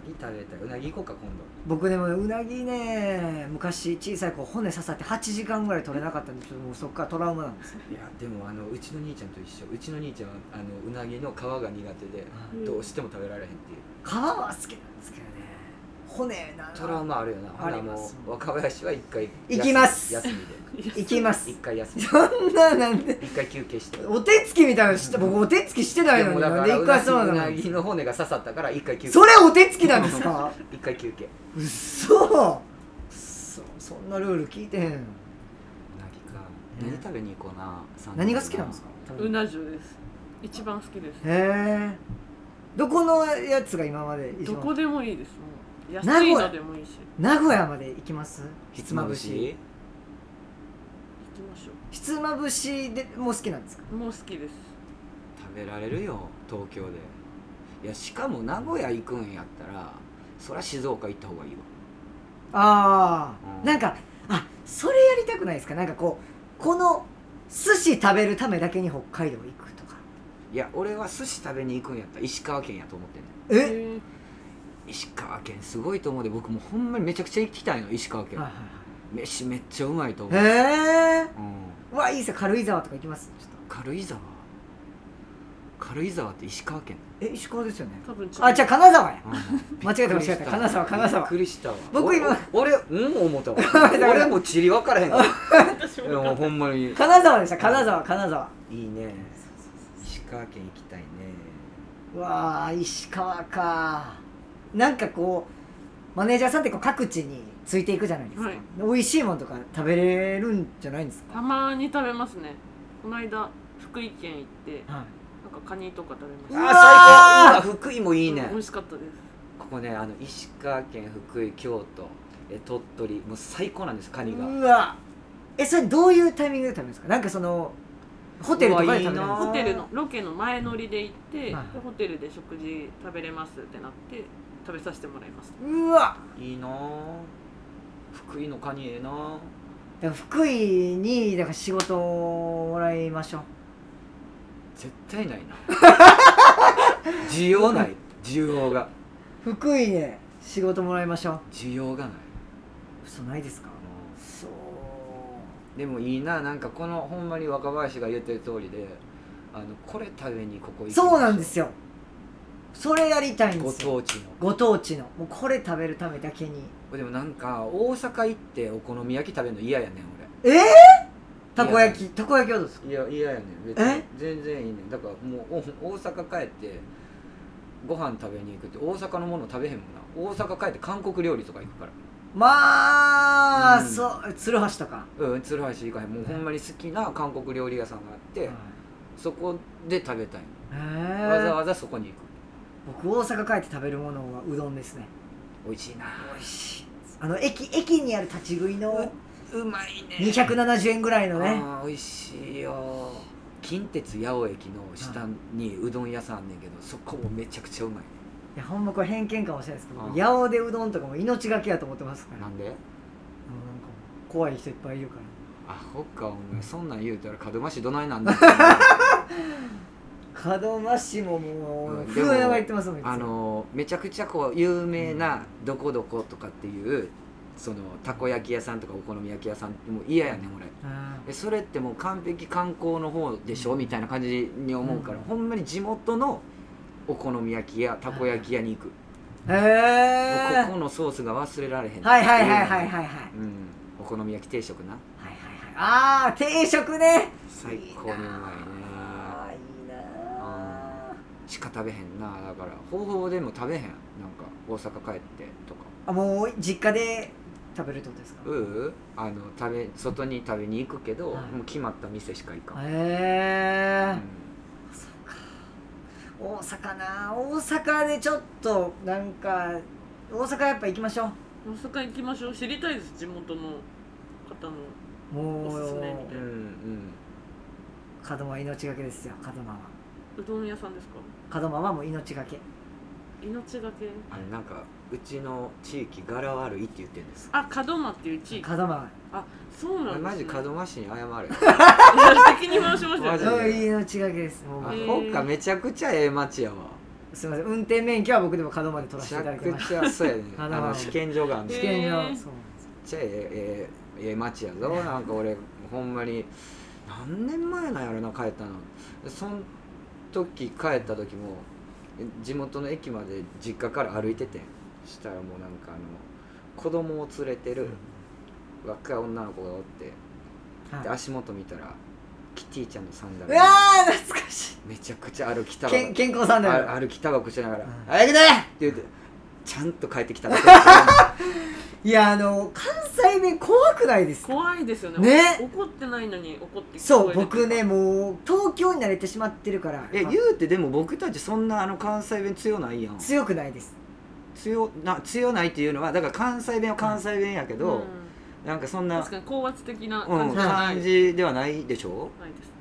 ぎ食べたいうなぎ行こうか今度僕でもねうなぎね昔小さい子骨刺さって8時間ぐらい取れなかったんでちょっともうそこからトラウマなんですよいやでもあのうちの兄ちゃんと一緒うちの兄ちゃんはあのうなぎの皮が苦手でうんどうしても食べられへんっていう皮は好きなんですけどね骨なトラウマあるよなほあらりまもすう若林は一回行きます休みいきますで一回休みそんななんで一回休憩してお手つきみたいなのして僕お手つきしてないでのもにだなかんでら一う回なそうぎうななのぎの骨が刺さったから一回休そ憩れお手つきなんですか一回休憩ううっそうそそんなルール聞いてへんなぎかね何食べに行こうな三人何が好きなんですかうな重です一番好きですへえどこのやつが今まで一ど番こでもいいですもう名古安い屋のでもいいし名古屋まで行きますひつまぶし行きましょひつまぶしでもう好きなんですかうもう好きです食べられるよ東京でいやしかも名古屋行くんやったらそりゃ静岡行った方がいいわああ、うんなんかあそれやりたくないですかなんかこうこの寿司食べるためだけに北海道行くとかいや俺は寿司食べに行くんやったら石川県やと思ってんねえ、えん石川県すごいと思うで僕もうほんまにめちゃくちゃ行きたいの石川県、はい飯めっちゃうまいと思はう、いはいへえうん、うわいいですよ軽井沢とか行きますちょっ軽井沢軽井沢って石川県、とえ石川ですよね多分ちょっとあじゃあ金沢やうん間違えた間違えた金沢金沢びっくりしたわ僕今お俺うん 思ったわめんなさい俺もちり分か らへんから私いやもうもほんまに金沢でした金沢金沢いいね石川県行きたいねうわあ石川かなんかこうマネージャーさんってこう各地についていくじゃないですか、はい美味しいものとか食べれるんじゃないんですたか、まに食べますねこの間福井県行ってはい、なんかカニとか食べましあたわー最高うわ福井もいいね、美味しかったですここねあの石川県福井京都え鳥取もう最高なんですカニがうわえそれどういうタイミングで食べるんですかなんかそのホテルとかで食べるんですうわいいかなホテルのロケの前乗りで行って、はいでホテルで食事食べれますってなって食べさせてもらいましたうわいいなあ福井のカニええなあでも福井にだから仕事をもらいましょう絶 対ないな需要ない需要が福井で仕事もらいましょう需要がない嘘ないですかうそうんでもいいななんかこのほんまに若林が言ってる通りであのこれ食べにここ行くそうなんですよよそれやりたいんでごすよ当地のご当地のもうこれ食べるためだけにでもなんか大阪行ってお好み焼き食べるの嫌やねん俺ええたこ焼きたこ焼きはどうですかいや嫌やねん別えに全然いいねんだからもうお大阪帰ってご飯食べに行くって大阪のもの食べへんもんな大阪帰って韓国料理とか行くからまあ、うんそう鶴橋とか、うん鶴橋行かへんもうほんまに好きな韓国料理屋さんがあってそこで食べたいえのわざー、わざそこに行く僕大阪帰って食べるものはうどんですね美味しいな美味しいあの駅駅にある立ち食いのうまいね270円ぐらいのねあー美味しいよ近鉄八尾駅の下にうどん屋さんあんねんけどそこもめちゃくちゃうまいねいやほんまこれ偏見かもしれないですけどうん僕八尾でうどんとかも命がけやと思ってますからなもうんでなんか怖い人いっぱいいるからあほっかお前そんなん言うたら門真市どないな んだ門真市ももううん古谷が言ってますもんいつもあのめちゃくちゃこう有名などこどことかっていうそのたこ焼き屋さんとかお好み焼き屋さんもう嫌やねん俺うんえそれってもう完璧観光の方でしょみたいな感じに思うから、うんほんまに地元のお好み焼きやたこ焼き屋に行く、へもうこえこのソースが忘れられへんはいはいはいはいはいはいはいはいうん、お好み焼き定食なはいああ定食ね最高にうまいねああいいなあしか食べへんなだからほぼほぼでも食べへんなんか大阪帰ってとかあもう実家で食べるってことですかううあの食べ外に食べに行くけど、はいもう決まった店しか行かん、へうえん大阪な大阪でちょっとなんか大阪やっぱ行きましょ大阪行きましょう知りたいです地元の方のうもうおすすめみたいなうんうん門真は命がけですよ門真はうどん屋さんですか門真はもう命がけ命がけあれなんかうちの地域柄悪いって言ってんですあ門真っていう地域門真はあそうなんでマす、ジね、門真市に謝れ敵に回しましたマよジでねそう命がけですもうあへーほっかめちゃくちゃええ町やわすいません運転免許は僕でも門真で取めらせちていゃただきくましたちゃそうやねああのの試験場があんねん試めっ験へ場そーうなんですよちゃええええええ町やぞなんか俺ほんまに何年前なんやろな帰ったのそん時帰った時も地元の駅まで実家から歩いててんしたらもうなんかあの子供を連れてる若い女の子がおってではい足元見たらキティちゃんのサンダうルわー懐かしいめちゃくちゃ歩きたば健健康さんだよあ歩きたばこしながうらん「早く出れ!」って言ってちゃんと帰って きたのあいやあの関西弁怖くないですか怖いですよねね怒ってないのに怒って聞そこうえるってい僕かねもう東京に慣れてしまってるからえ言うてでも僕たちそんなあの関西弁強ないやん強くないです強な強ないっていうのはだから関西弁は関西弁やけど、うんなんかそんな確かに高圧的なう感ん、じじゃない、感じではないでしょ、ないですね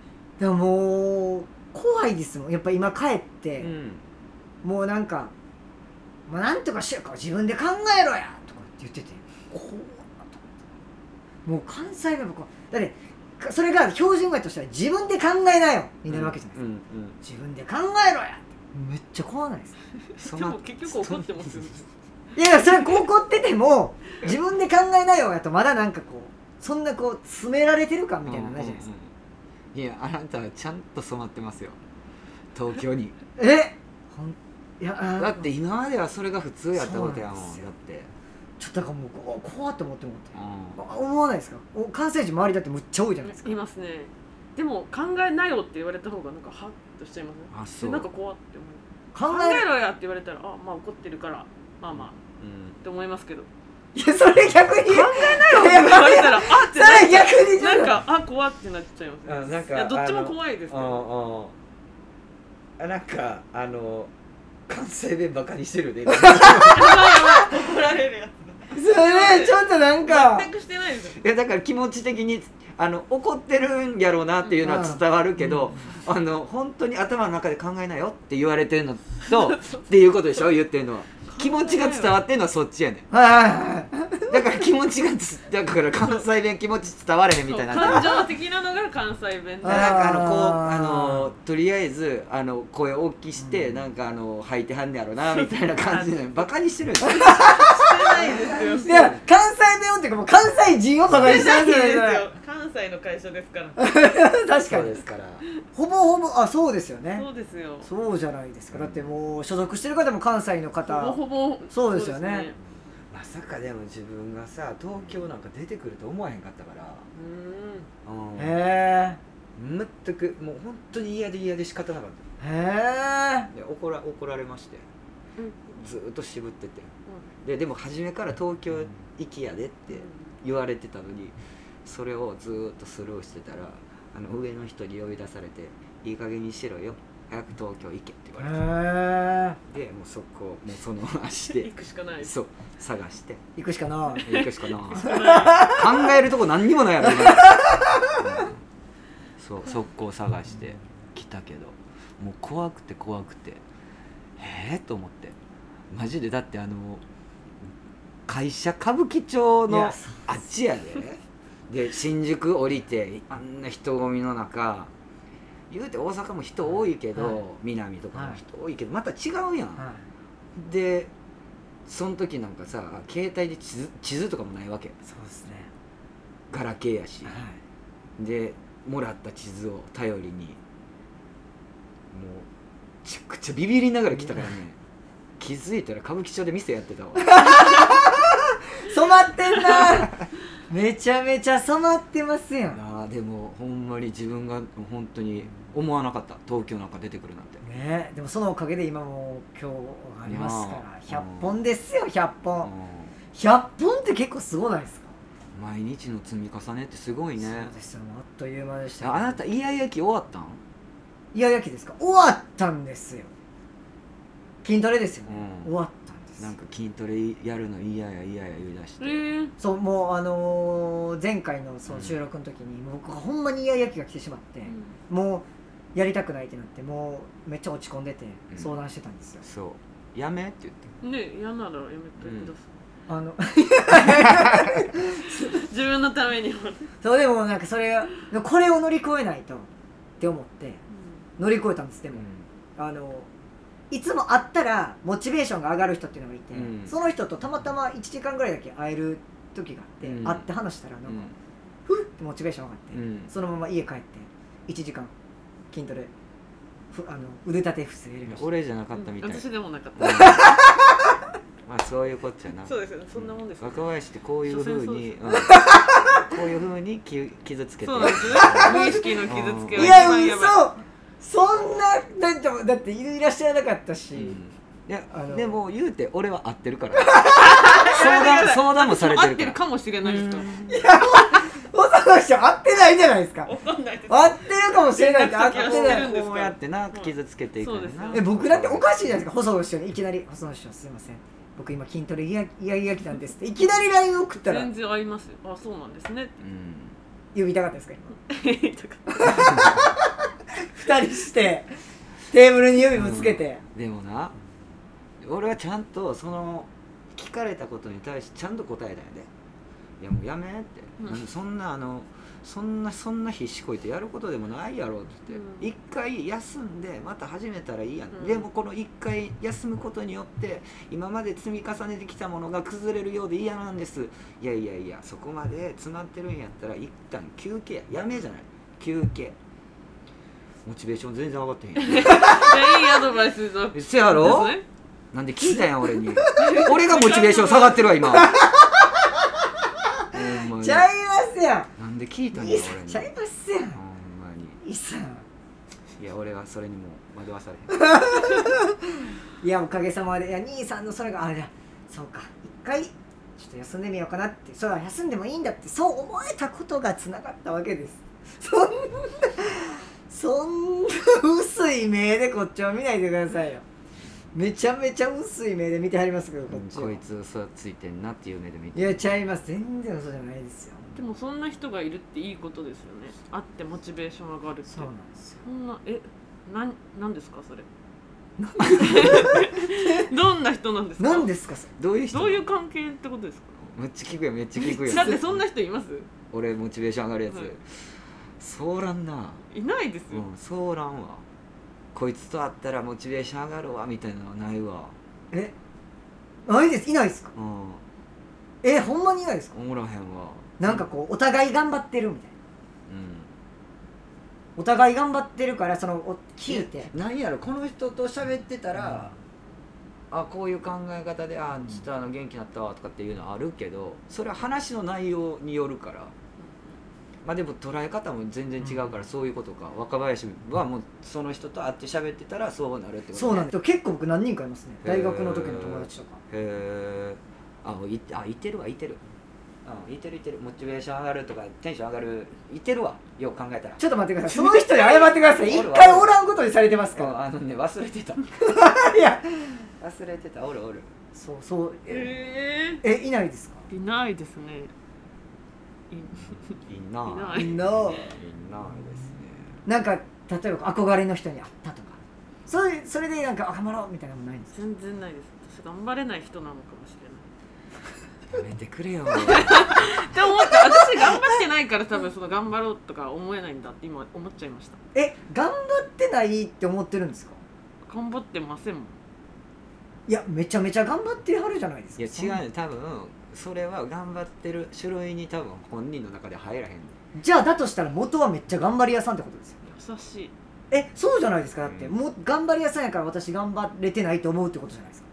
でももう怖いですもんやっぱ今帰って、うん、もうなんか「まあ、なんとかしようか自分で考えろや!」とかって言ってて怖っと思ってもう関西弁僕はだってかそれが標準語やとしたら自分で考えなよになるわけじゃないですか、うん自分で考えろやってめっちゃ怖ないですかうん、そでのも結局怒ってますよねいやいやそれ怒ってても自分で考えなよやとまだなんかこうそんなこう詰められてる感みたいなのないじゃないですか、うんうんうんいやあなたはちゃんと染まってますよ東京にえほんいやあーだって今まではそれが普通やったことやもんそうなんですよだって、ちょっとだからもうこ怖って思って思ってうん、あ思わないですかお関西人周りだってむっちゃ多いじゃないですかいますねでも考えなよって言われた方がなんかハッとしちゃいますねあそうでなんか怖って思う考考ええろやって言われたらあまあ怒ってるからまあまあうんって思いますけどいやそれ逆に考え言われたらあってそれ逆になんかかあ怖ってなっちゃいますねあなんかいやどっちあもの怖いですねうんうんなんかあの関西弁バカにして るね怒られるやそれちょっとなんかつ全くしてないですよいやだから気持ち的にあの怒ってるんやろうなっていうのは伝わるけど、あの本当に頭の中で考えなよって言われてるのとっていうことでしょ言ってるのは気持ちが伝わってるのはそっちやねんはいはいはいだから気持ちがつだから関西弁気持ち伝われへんみたいになってる感情的なのが関西弁であーなんかあのこうあのとりあえずあの声大きして、なんかあの吐いてはんねやろなみたいな感じでバカにしてるんです よしてないですいよや関西弁をっていうかもう関西人をバカにしてしてなるいんじゃないですですかよ関西の会社ですから確かにすからほぼほぼあそうですよねそうですよそうじゃないですかだってもう所属してる方も関西の方ほぼほぼそうですよねまさかでも自分がさ東京なんか出てくると思わへんかったから、うへん、全くもう本当に嫌で嫌で仕方なかっえへたで怒ら怒られましてうーんうんずーっと渋っててででも初めから東京行きやでってう言われてたのにそれをずーっとスルーしてたらあの上の人に呼び出されて「いい加減にしろよ早く東京行け」って言えわれへえてでもうそこをもうその足行 でくしかないですそう探して行くしかない行く しかな考えるとこ何にもないやろ今うんそう速攻探して来たけどもう怖くて怖くてええと思ってマジでだってあの会社歌舞伎町いのやそあっちやでで新宿降りてあんな人混みの中言うて大阪も人多いけど、はい南とかも人多いけどまた違うやん、はでその時なんかさ携帯で地図地図とかもないわけいそうですねガラケーやしはいでもらった地図を頼りにもうめちゃくちゃビビりながら来たからね気づいたら歌舞伎町で店やってたわ 染まってんなめちゃめちゃ染まってますやんなあやでもほんまに自分が本当に思わなかった東京なんか出てくるなんて、ねでもそのおかげで今も今日ありますかまあら100本ですよ100う本ん100本って結構すごないですか毎日の積み重ねってすごいねそうですよあっという間でしたあなたイヤイヤ期終わったん、イヤイヤ期ですか終わったんですよ筋トレですよね、う終ん、わったんですなんか筋トレやるの嫌や嫌や言い出して、えー、そうもうあのー前回のその収録の時に、もう僕ほんまにイヤイヤ期が来てしまって、もうやりたくないってなってもうめっちゃ落ち込んでてうん相談してたんですよ、そうやめって言ってね嫌ならやめてくださあの い、自分のためにも、そうでもなんかそれがこれを乗り越えないとって思って乗り越えたんですでも、あのいつも会ったらモチベーションが上がる人っていうのがいて、うんその人とたまたま1時間ぐらいだけ会える時があって、うん会って話したらなんか、うふってモチベーション上がって、んうんそのまま家帰って1時間筋トレふあの腕立て伏せやりました俺じゃなかったみたい、私でもなかっうんたまあそういうこっちゃなそうですよねそんなもんですよ若林ってこういうふうに、うん、こういうふうにき傷つけてそうなんですよ無意識の傷つけいは一や番やばい嘘そんなだってだっていらっしゃらなかったし、うんいやあのでも言うて俺は合って るから相談相談もされ合っててるるからかもしれないですか他の人会ってないじゃないですかわかんないです会ってるかもしれないって会っ連絡て先は知ってなるいんですかこうやってなうん傷つけていくねんそうですなよえ僕だっておかしいじゃないですか細野師匠にいきなり「細野師匠すいません僕今筋トレいやいやいやきなんです」っていきなり LINE 送ったら全然合いますよあそうなんですねうん呼びたかったですか言いたかった今2人してテーブルに指ぶつけて、でもな俺はちゃんとその聞かれたことに対してちゃんと答えたんやで「いやもうやめ」って、うんなんでそんなあのそんなそんな必死こいてやることでもないやろって言って、うん一回休んでまた始めたらいいやん、うんでもこの一回休むことによって今まで積み重ねてきたものが崩れるようで嫌なんですいやいやいやそこまで詰まってるんやったら一旦休憩ややめじゃない休憩モチベーション全然上がってへんやんいやいいアドバイス だせやろ、ですねなんで聞いたんや俺に俺がモチベーション下がってるわ今ほんまにちゃいますやなんで聞いたんんいやいさ俺んにちゃいますやほんんまにいいさんいや俺はそれにも惑わされ へんいやおかげさまでいや兄さんのそれがあじゃあそうか一回ちょっと休んでみようかなってそれは休んでもいいんだってそう思えたことがつながったわけですそんなそんな薄い目でこっちを見ないでくださいよめちゃめちゃ薄い目で見てはりますけどこっちをこいつ嘘ついてんなっていう目で見いてやちゃいます全然嘘じゃないですよでもそんな人がいるっていいことですよねあってモチベーション上がるってそうなんですよそんなえなんなんですかそ れどんな人なんですか何ですかそれどういう人どういう関係ってことですかめっちゃ聞くやんめっちゃ聞くだやっんてそんな人います俺モチベーション上がるやつ、はいそうらんないないですよ、うんそうらんわこいつと会ったらモチベーション上がるわみたいなのはないわえないですいないですかうんえほんまにいないですかおらへんわなんかこうお互い頑張ってるみたいなうんお互い頑張ってるからそのお聞いてなんやろこの人と喋ってたら、あこういう考え方であちょっとあの元気になったわとかっていうのはあるけどそれは話の内容によるからまあでも捉え方も全然違うからそういうことか、若林はもうその人と会って喋ってたらそうなるってことねそうなんです結構僕何人かいますねへー大学の時の友達とかへえあいあいてるわいてるうんいてるいてるモチベーション上がるとかテンション上がるいてるわよく考えたらちょっと待ってくださいその人に謝ってくださいお一る回おらんことにされてますかああのね忘れてたらいや忘れてたおるおるそうそうえええいないですかー、いないですねいいんないないいのんないですねなんか例えば憧れの人に会ったとかそれそれでなんかあ頑張ろうみたいなのもないんですか全然ないです私頑張れない人なのかもしれなやめてく れよいって思った私頑張ってないから多分その頑張ろうとか思えないんだって今思っちゃいましたえ頑張ってないって思ってるんですか頑張ってませんもんいやめちゃめちゃ頑張ってはるじゃないですかいやそんな違うね多分それは頑張ってる種類に多分本人の中で入らへんねじゃあだとしたら元はめっちゃ頑張り屋さんってことですよ優しいえそうじゃないですかだって、うんもう頑張り屋さんやから私頑張れてないと思うってことじゃないですか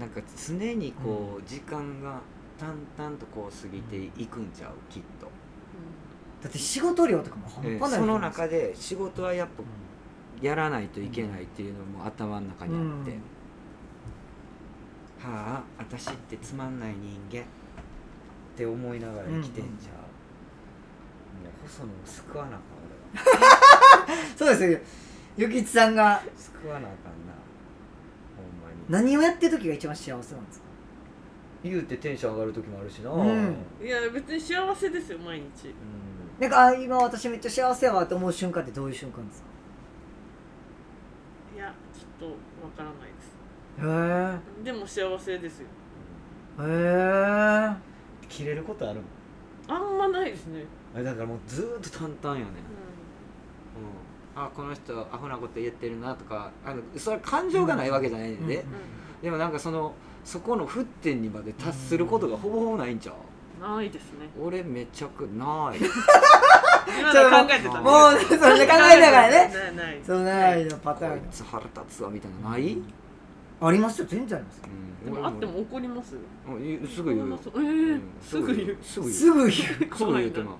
なんか常にこう、時間が淡々とこう過ぎていくんちゃうきっとだって仕事量とかも半えー端ないそので中で仕事はやっぱうやらないといけないっていうのも頭の中にあって、うんはあ私ってつまんない人間って思いながら生きてんじゃん、もう細野も救わなあかん俺はんそうですよゆきちさんが救わなあかんなほんまに何をやってる時が一番幸せなんですか言うてテンション上がる時もあるしな、うんうんいや別に幸せですよ毎日なんかあ今私めっちゃ幸せやわって思う瞬間ってどういう瞬間ですかいやちょっとわからないですへえでも幸せですよへ切れることあるもんあんまないですね、あだからもうずーっと淡々やね、ううん、あこの人アホなこと言ってるなとかあのそれは感情がないわけじゃないねんで、うんんでもなんかそのそこの沸点にまで達することがほぼほぼないんちゃううん、ないですね俺めちゃくない今の考ええてたねもうねそれで考えながらねないないそのないのパこターいンつ腹立つわみたいなのない、うんありますよ全然ありますでもあっても怒りますうん言うすぐ言うよ、えうーん、すぐ言うすぐ言うすすぐぐ言う言うすぐ言うとな、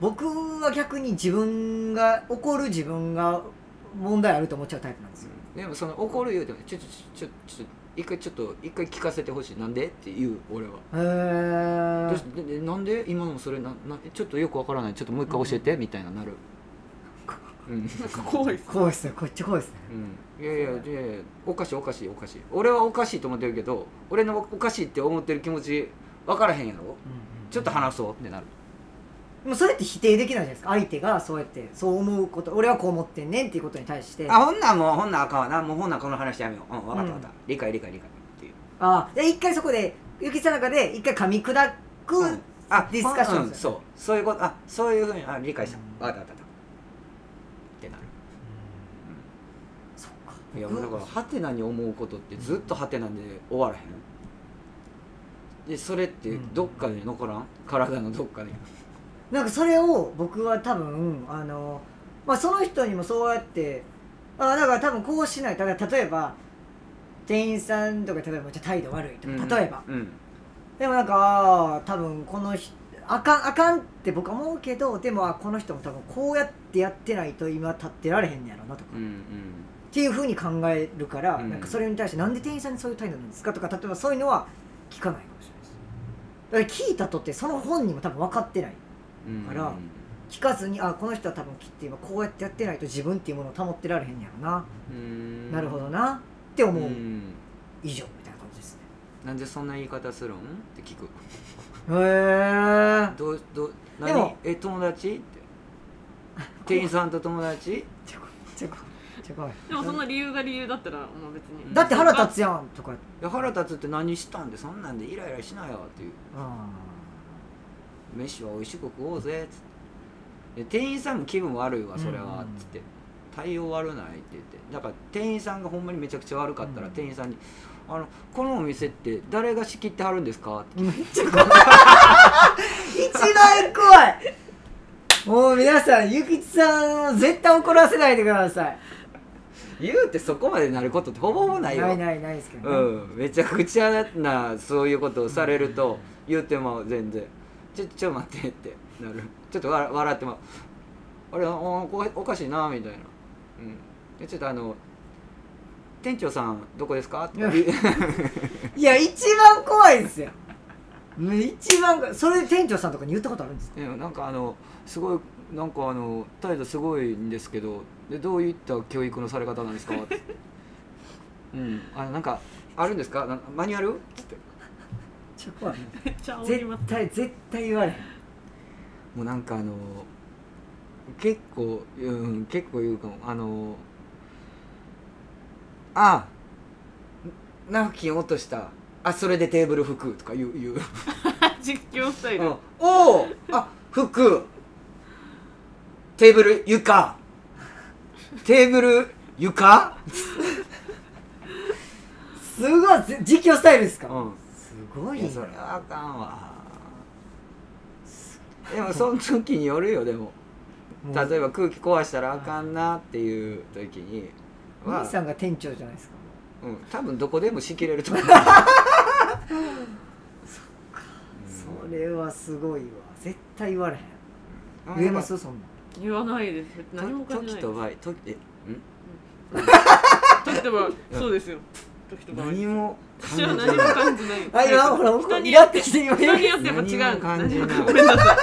僕は逆に自分が怒る自分が問題あると思っちゃうタイプなんですようん、でもその怒る言うてもちょちょちょちょちょ一回ちょっと一回聞かせてほしいなんでって言う俺は、へどうえしででなんで今のそれななちょっとよくわからないちょっともう一回教えて、みたいななるうんなんか怖いです怖いっすねこっち怖いっすねうん、いやいやいやいやおかしいおかしいおかしい俺はおかしいと思ってるけど俺のおかしいって思ってる気持ち分からへんやろちょっと話そうってなるでもそれって否定できないじゃないですか相手がそうやってそう思うこと俺はこう思ってんねんっていうことに対してあほんなんもうほんなんあかんわなもうほんなんこの話やめよううん分かった分かった、うん理解理解理解っていうあで一回そこでゆきさんの中で一回噛み砕く、うんあディスカッションうんですよそうそういうことあそういうふうにあ理解したうん分かった分かった分かったってなるそっかいやだからハテナに思うことってずっとハテナで終わらへんでそれってどっかで残らん体のどっかでなんかそれを僕は多分あの、まあ、その人にもそうやってあだから多分こうしないとだから例えば店員さんとか例えばじゃあ態度悪いとか、例えばうんでもなんかあー多分この人あかんあかんって僕は思うけどでもあこの人も多分こうやってやってないと今立ってられへんねやろなとか、うんうっんていうふうに考えるから、うんなんかそれに対してなんで店員さんにそういう態度なんですかとか例えばそういうのは聞かないかもしれないですだから聞いたとってその本人も多分分かってないうんから聞かずにあこの人は多分きっと今こうやってやってないと自分っていうものを保ってられへんやろな、うんなるほどなって思う、ん以上みたいな感じですねなんでそんな言い方するんって聞くへえどうどうで何もえ友達って店員さんと友達ちょこちょこちょこでもそんな理由が理由だったらもう別にだって腹立つやんとかいや腹立つって何したんでそんなんでイライラしなよっていうあ飯は美味しく食おうぜっつってで店員さんも気分悪いわそれうんうんはうんっつって対応悪ないって言ってだから店員さんがほんまにめちゃくちゃ悪かったらうん店員さんに「あのこのお店って誰が仕切ってはるんですか?」ってーめっちゃ怖い一番怖いもう皆さんゆきちさんを絶対怒らせないでください言うてそこまでなることってほぼほぼないよないないないですけどね、うん、めちゃくちゃなそういうことをされると言うても全然「ちょちょ待って」ってなるちょっとわ笑っても「あれおおおかしいな」みたいな、うんで、ちょっとあの「店長さんどこですか?」って 言ういや一番怖いですよもう一番怖いそれで店長さんとかに言ったことあるんですかでもなんかあのすごいなんかあの態度すごいんですけどでどういった教育のされ方なんですか?」って「うんあのなんかあるんですかなマニュアル?」っめてっちゃ怖いめっちゃ煽りま絶す対絶対言われへんもうなんかあの結構うん結構言うかもあのあナフキン落としたあそれでテーブル拭くとか言う言う、実況スタイうルん、 おおあ拭くテーブル床テーブル床、すごいぜ実況スタイルですか、うん、すごいいやなそれはあかんわでもその時によるよでももう例えば空気壊したらあかんなっていう時におは兄さんが店長じゃないですかうん、多分どこでも仕切れると思うそれはすごいわ絶対言われへんあ言えますそんな言わないです何もと感時じないと場合時えん時とばそうですよ時とば何も感私じはない何も感じないあ今ほら僕人にイラってして今人によってやっぱ違何うも感じないごめんなさい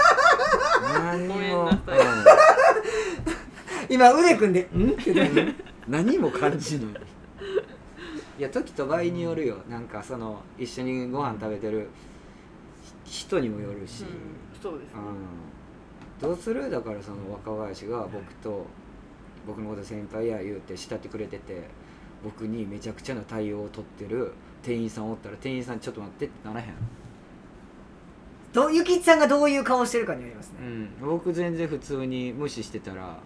何もごめんなさい今腕組んで「ん?」って言ってうん何も感じないいや時と場合によるよなんかその一緒にご飯食べてるひ人にもよるし、うんそうですねうんどうするだからその若林が僕と僕のこと先輩や言うて慕ってくれてて僕にめちゃくちゃな対応を取ってる店員さんおったら店員さんちょっと待ってってならへん、どうゆきちさんがどういう顔してるかによりますね僕全然普通に無視してたら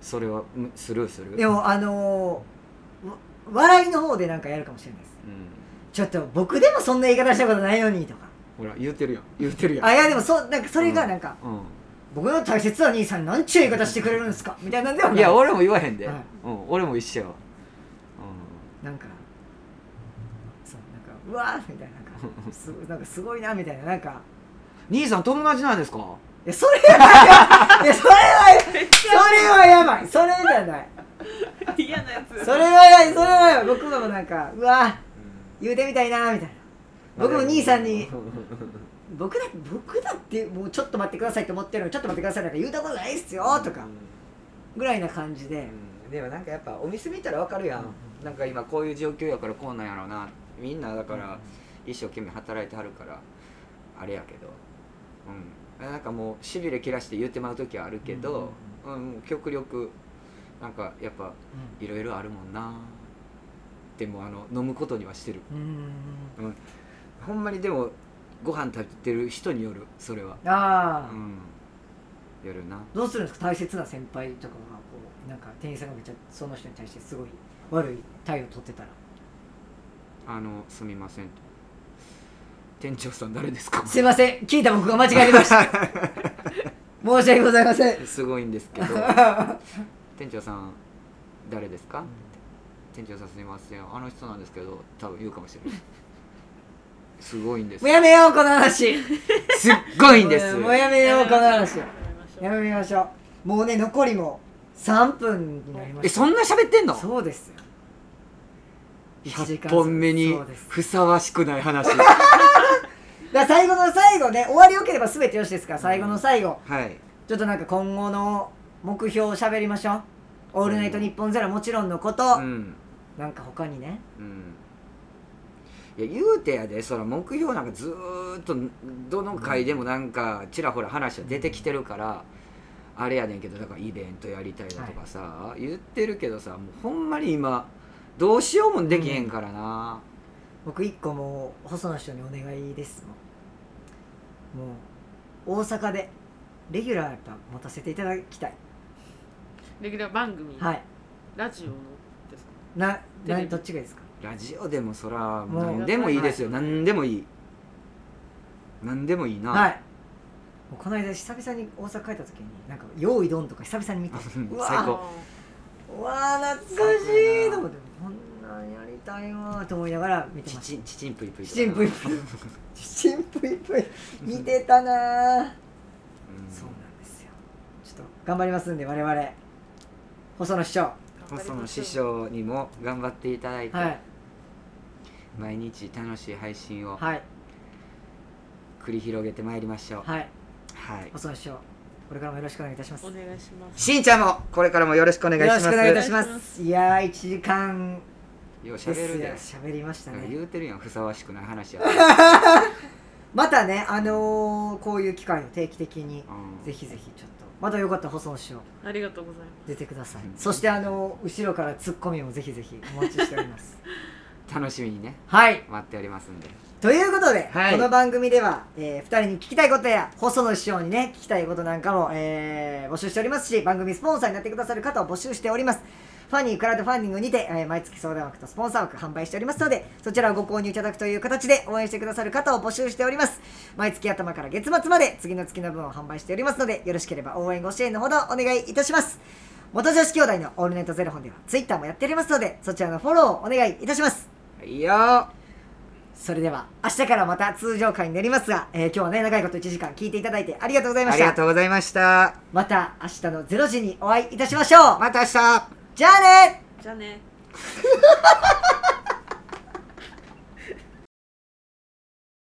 それはむスルーするでもあのーわ笑いの方でなんかやるかもしれないですうん、ちょっと僕でもそんな言い方したことないのにとかほら言うてるやん言うてるやんあいやでもそうなんかそれがなんか、うん僕の大切な兄さんなんちゅう言い方してくれるんですかみたいなんではないいや俺も言わへんで、はいうん、俺も一緒やわ、なんかそうなんかうわーみたいななんかすなんかすごいなみたいななんかうん、兄さん友達なんですかいやそれはいやそれはそれはやばいそれじゃない嫌なやつそれはやばいそれはやばい僕もなんかうわー言うてみたいなみたいな僕も兄さん に僕だ僕だってもうちょっと待ってくださいと思ってるのにちょっと待ってくださいなんか言うたことないっすよとかぐらいな感じでうんでもなんかやっぱお店見たらわかるやん、なんか今こういう状況やからこうなんやろうなみんなだから一生懸命働いてはるからあれやけどうんなんかもうしびれ切らして言ってまう時はあるけど、うんもう極力なんかやっぱいろいろあるもんなでもあの飲むことにはしてるうんほんまにでもご飯食べてる人によるそれはああ、うんよるなどうするんですか大切な先輩とかがこうなんか店員さんがめっちゃその人に対してすごい悪い態度取ってたらあのすみませんと店長さん誰ですかすいません聞いた僕が間違えてました 申し訳ございませんすごいんですけど店長さん誰ですか、店長さんすみませんあの人なんですけど多分言うかもし れないすごいんですもうやめようこの話すっごいんですもうやめようこの話ややめましょうめましょうもうね残りも3分になりまえしたそんな喋ってんのそうですよ1時100間本目にそうですふさわしくない話だから最後の最後ね終わりよければ全てよしですから最後の最後 はいちょっとなんか今後の目標を喋りましょう「オールナイトニッポンゼロもちろんのこと、うんなんか他にねうんいや言うてやでその目標なんかずーっとどの回でもなんかちらほら話は出てきてるから、あれやねんけどだからイベントやりたいだとかさ、言ってるけどさもうほんまに今どうしようもできへんからな、僕一個もう細野師匠にお願いですもうもう大阪でレギュラーやっぱ持たせていただきたいレギュラー番組はいラジオのですかなテレなビどっちがいいですかラジオでもそらもう何でもいいですよはい何でもいい何でもいいな、 はいもうこの間久々に大阪帰った時になんか「用意どん」とか久々に見てうわ最ー高うわー懐かしいと思ってこんなんやりたいわーと思いながら見てちましたちんちちんぷいぷいチチンプイプイチチンプイプイ見てたなーそうなんですよちょっと頑張りますんで我々細野師匠頑張りましょうその師匠にも頑張っていただいて、はい毎日楽しい配信をはい繰り広げてまいりましょうはいはい、細野師匠これからもよろしくお願いいたしますおよ願いしますしんちゃんもこれからもよろしくお願いしろましすくお願いいたししまますすいやー1時間ようしゃでべるですよ喋りましたなんかね言うてるやんふさわしくない話やから、 またねあのー、こういう機会を定期的にうんぜひぜひちょっとまたよかったら細野師匠ありがとうございま出てくださいうんそしてあのー、後ろからツッコミもぜひぜひお待ちしております 楽しみにねはい待っておりますんでということで、はいこの番組では、え2人に聞きたいことや細野師匠にね聞きたいことなんかも、えー募集しておりますし番組スポンサーになってくださる方を募集しておりますファニークラウドファンディングにて、えー毎月相談枠とスポンサー枠販売しておりますのでそちらをご購入いただくという形で応援してくださる方を募集しております毎月頭から月末まで次の月の分を販売しておりますのでよろしければ応援ご支援のほどお願いいたします元女子兄弟のオールナイトゼロ本ではツイッターもやっておりますのでそちらのフォローをお願いいたしますはいよさそれでは明日からまた通常回になりますが、えー今日はね長いこと1時間聞いていただいてありがとうございまあしりがたとうございましたまた明日の0時にお会いいたしましょうまた明日じゃあねじゃあね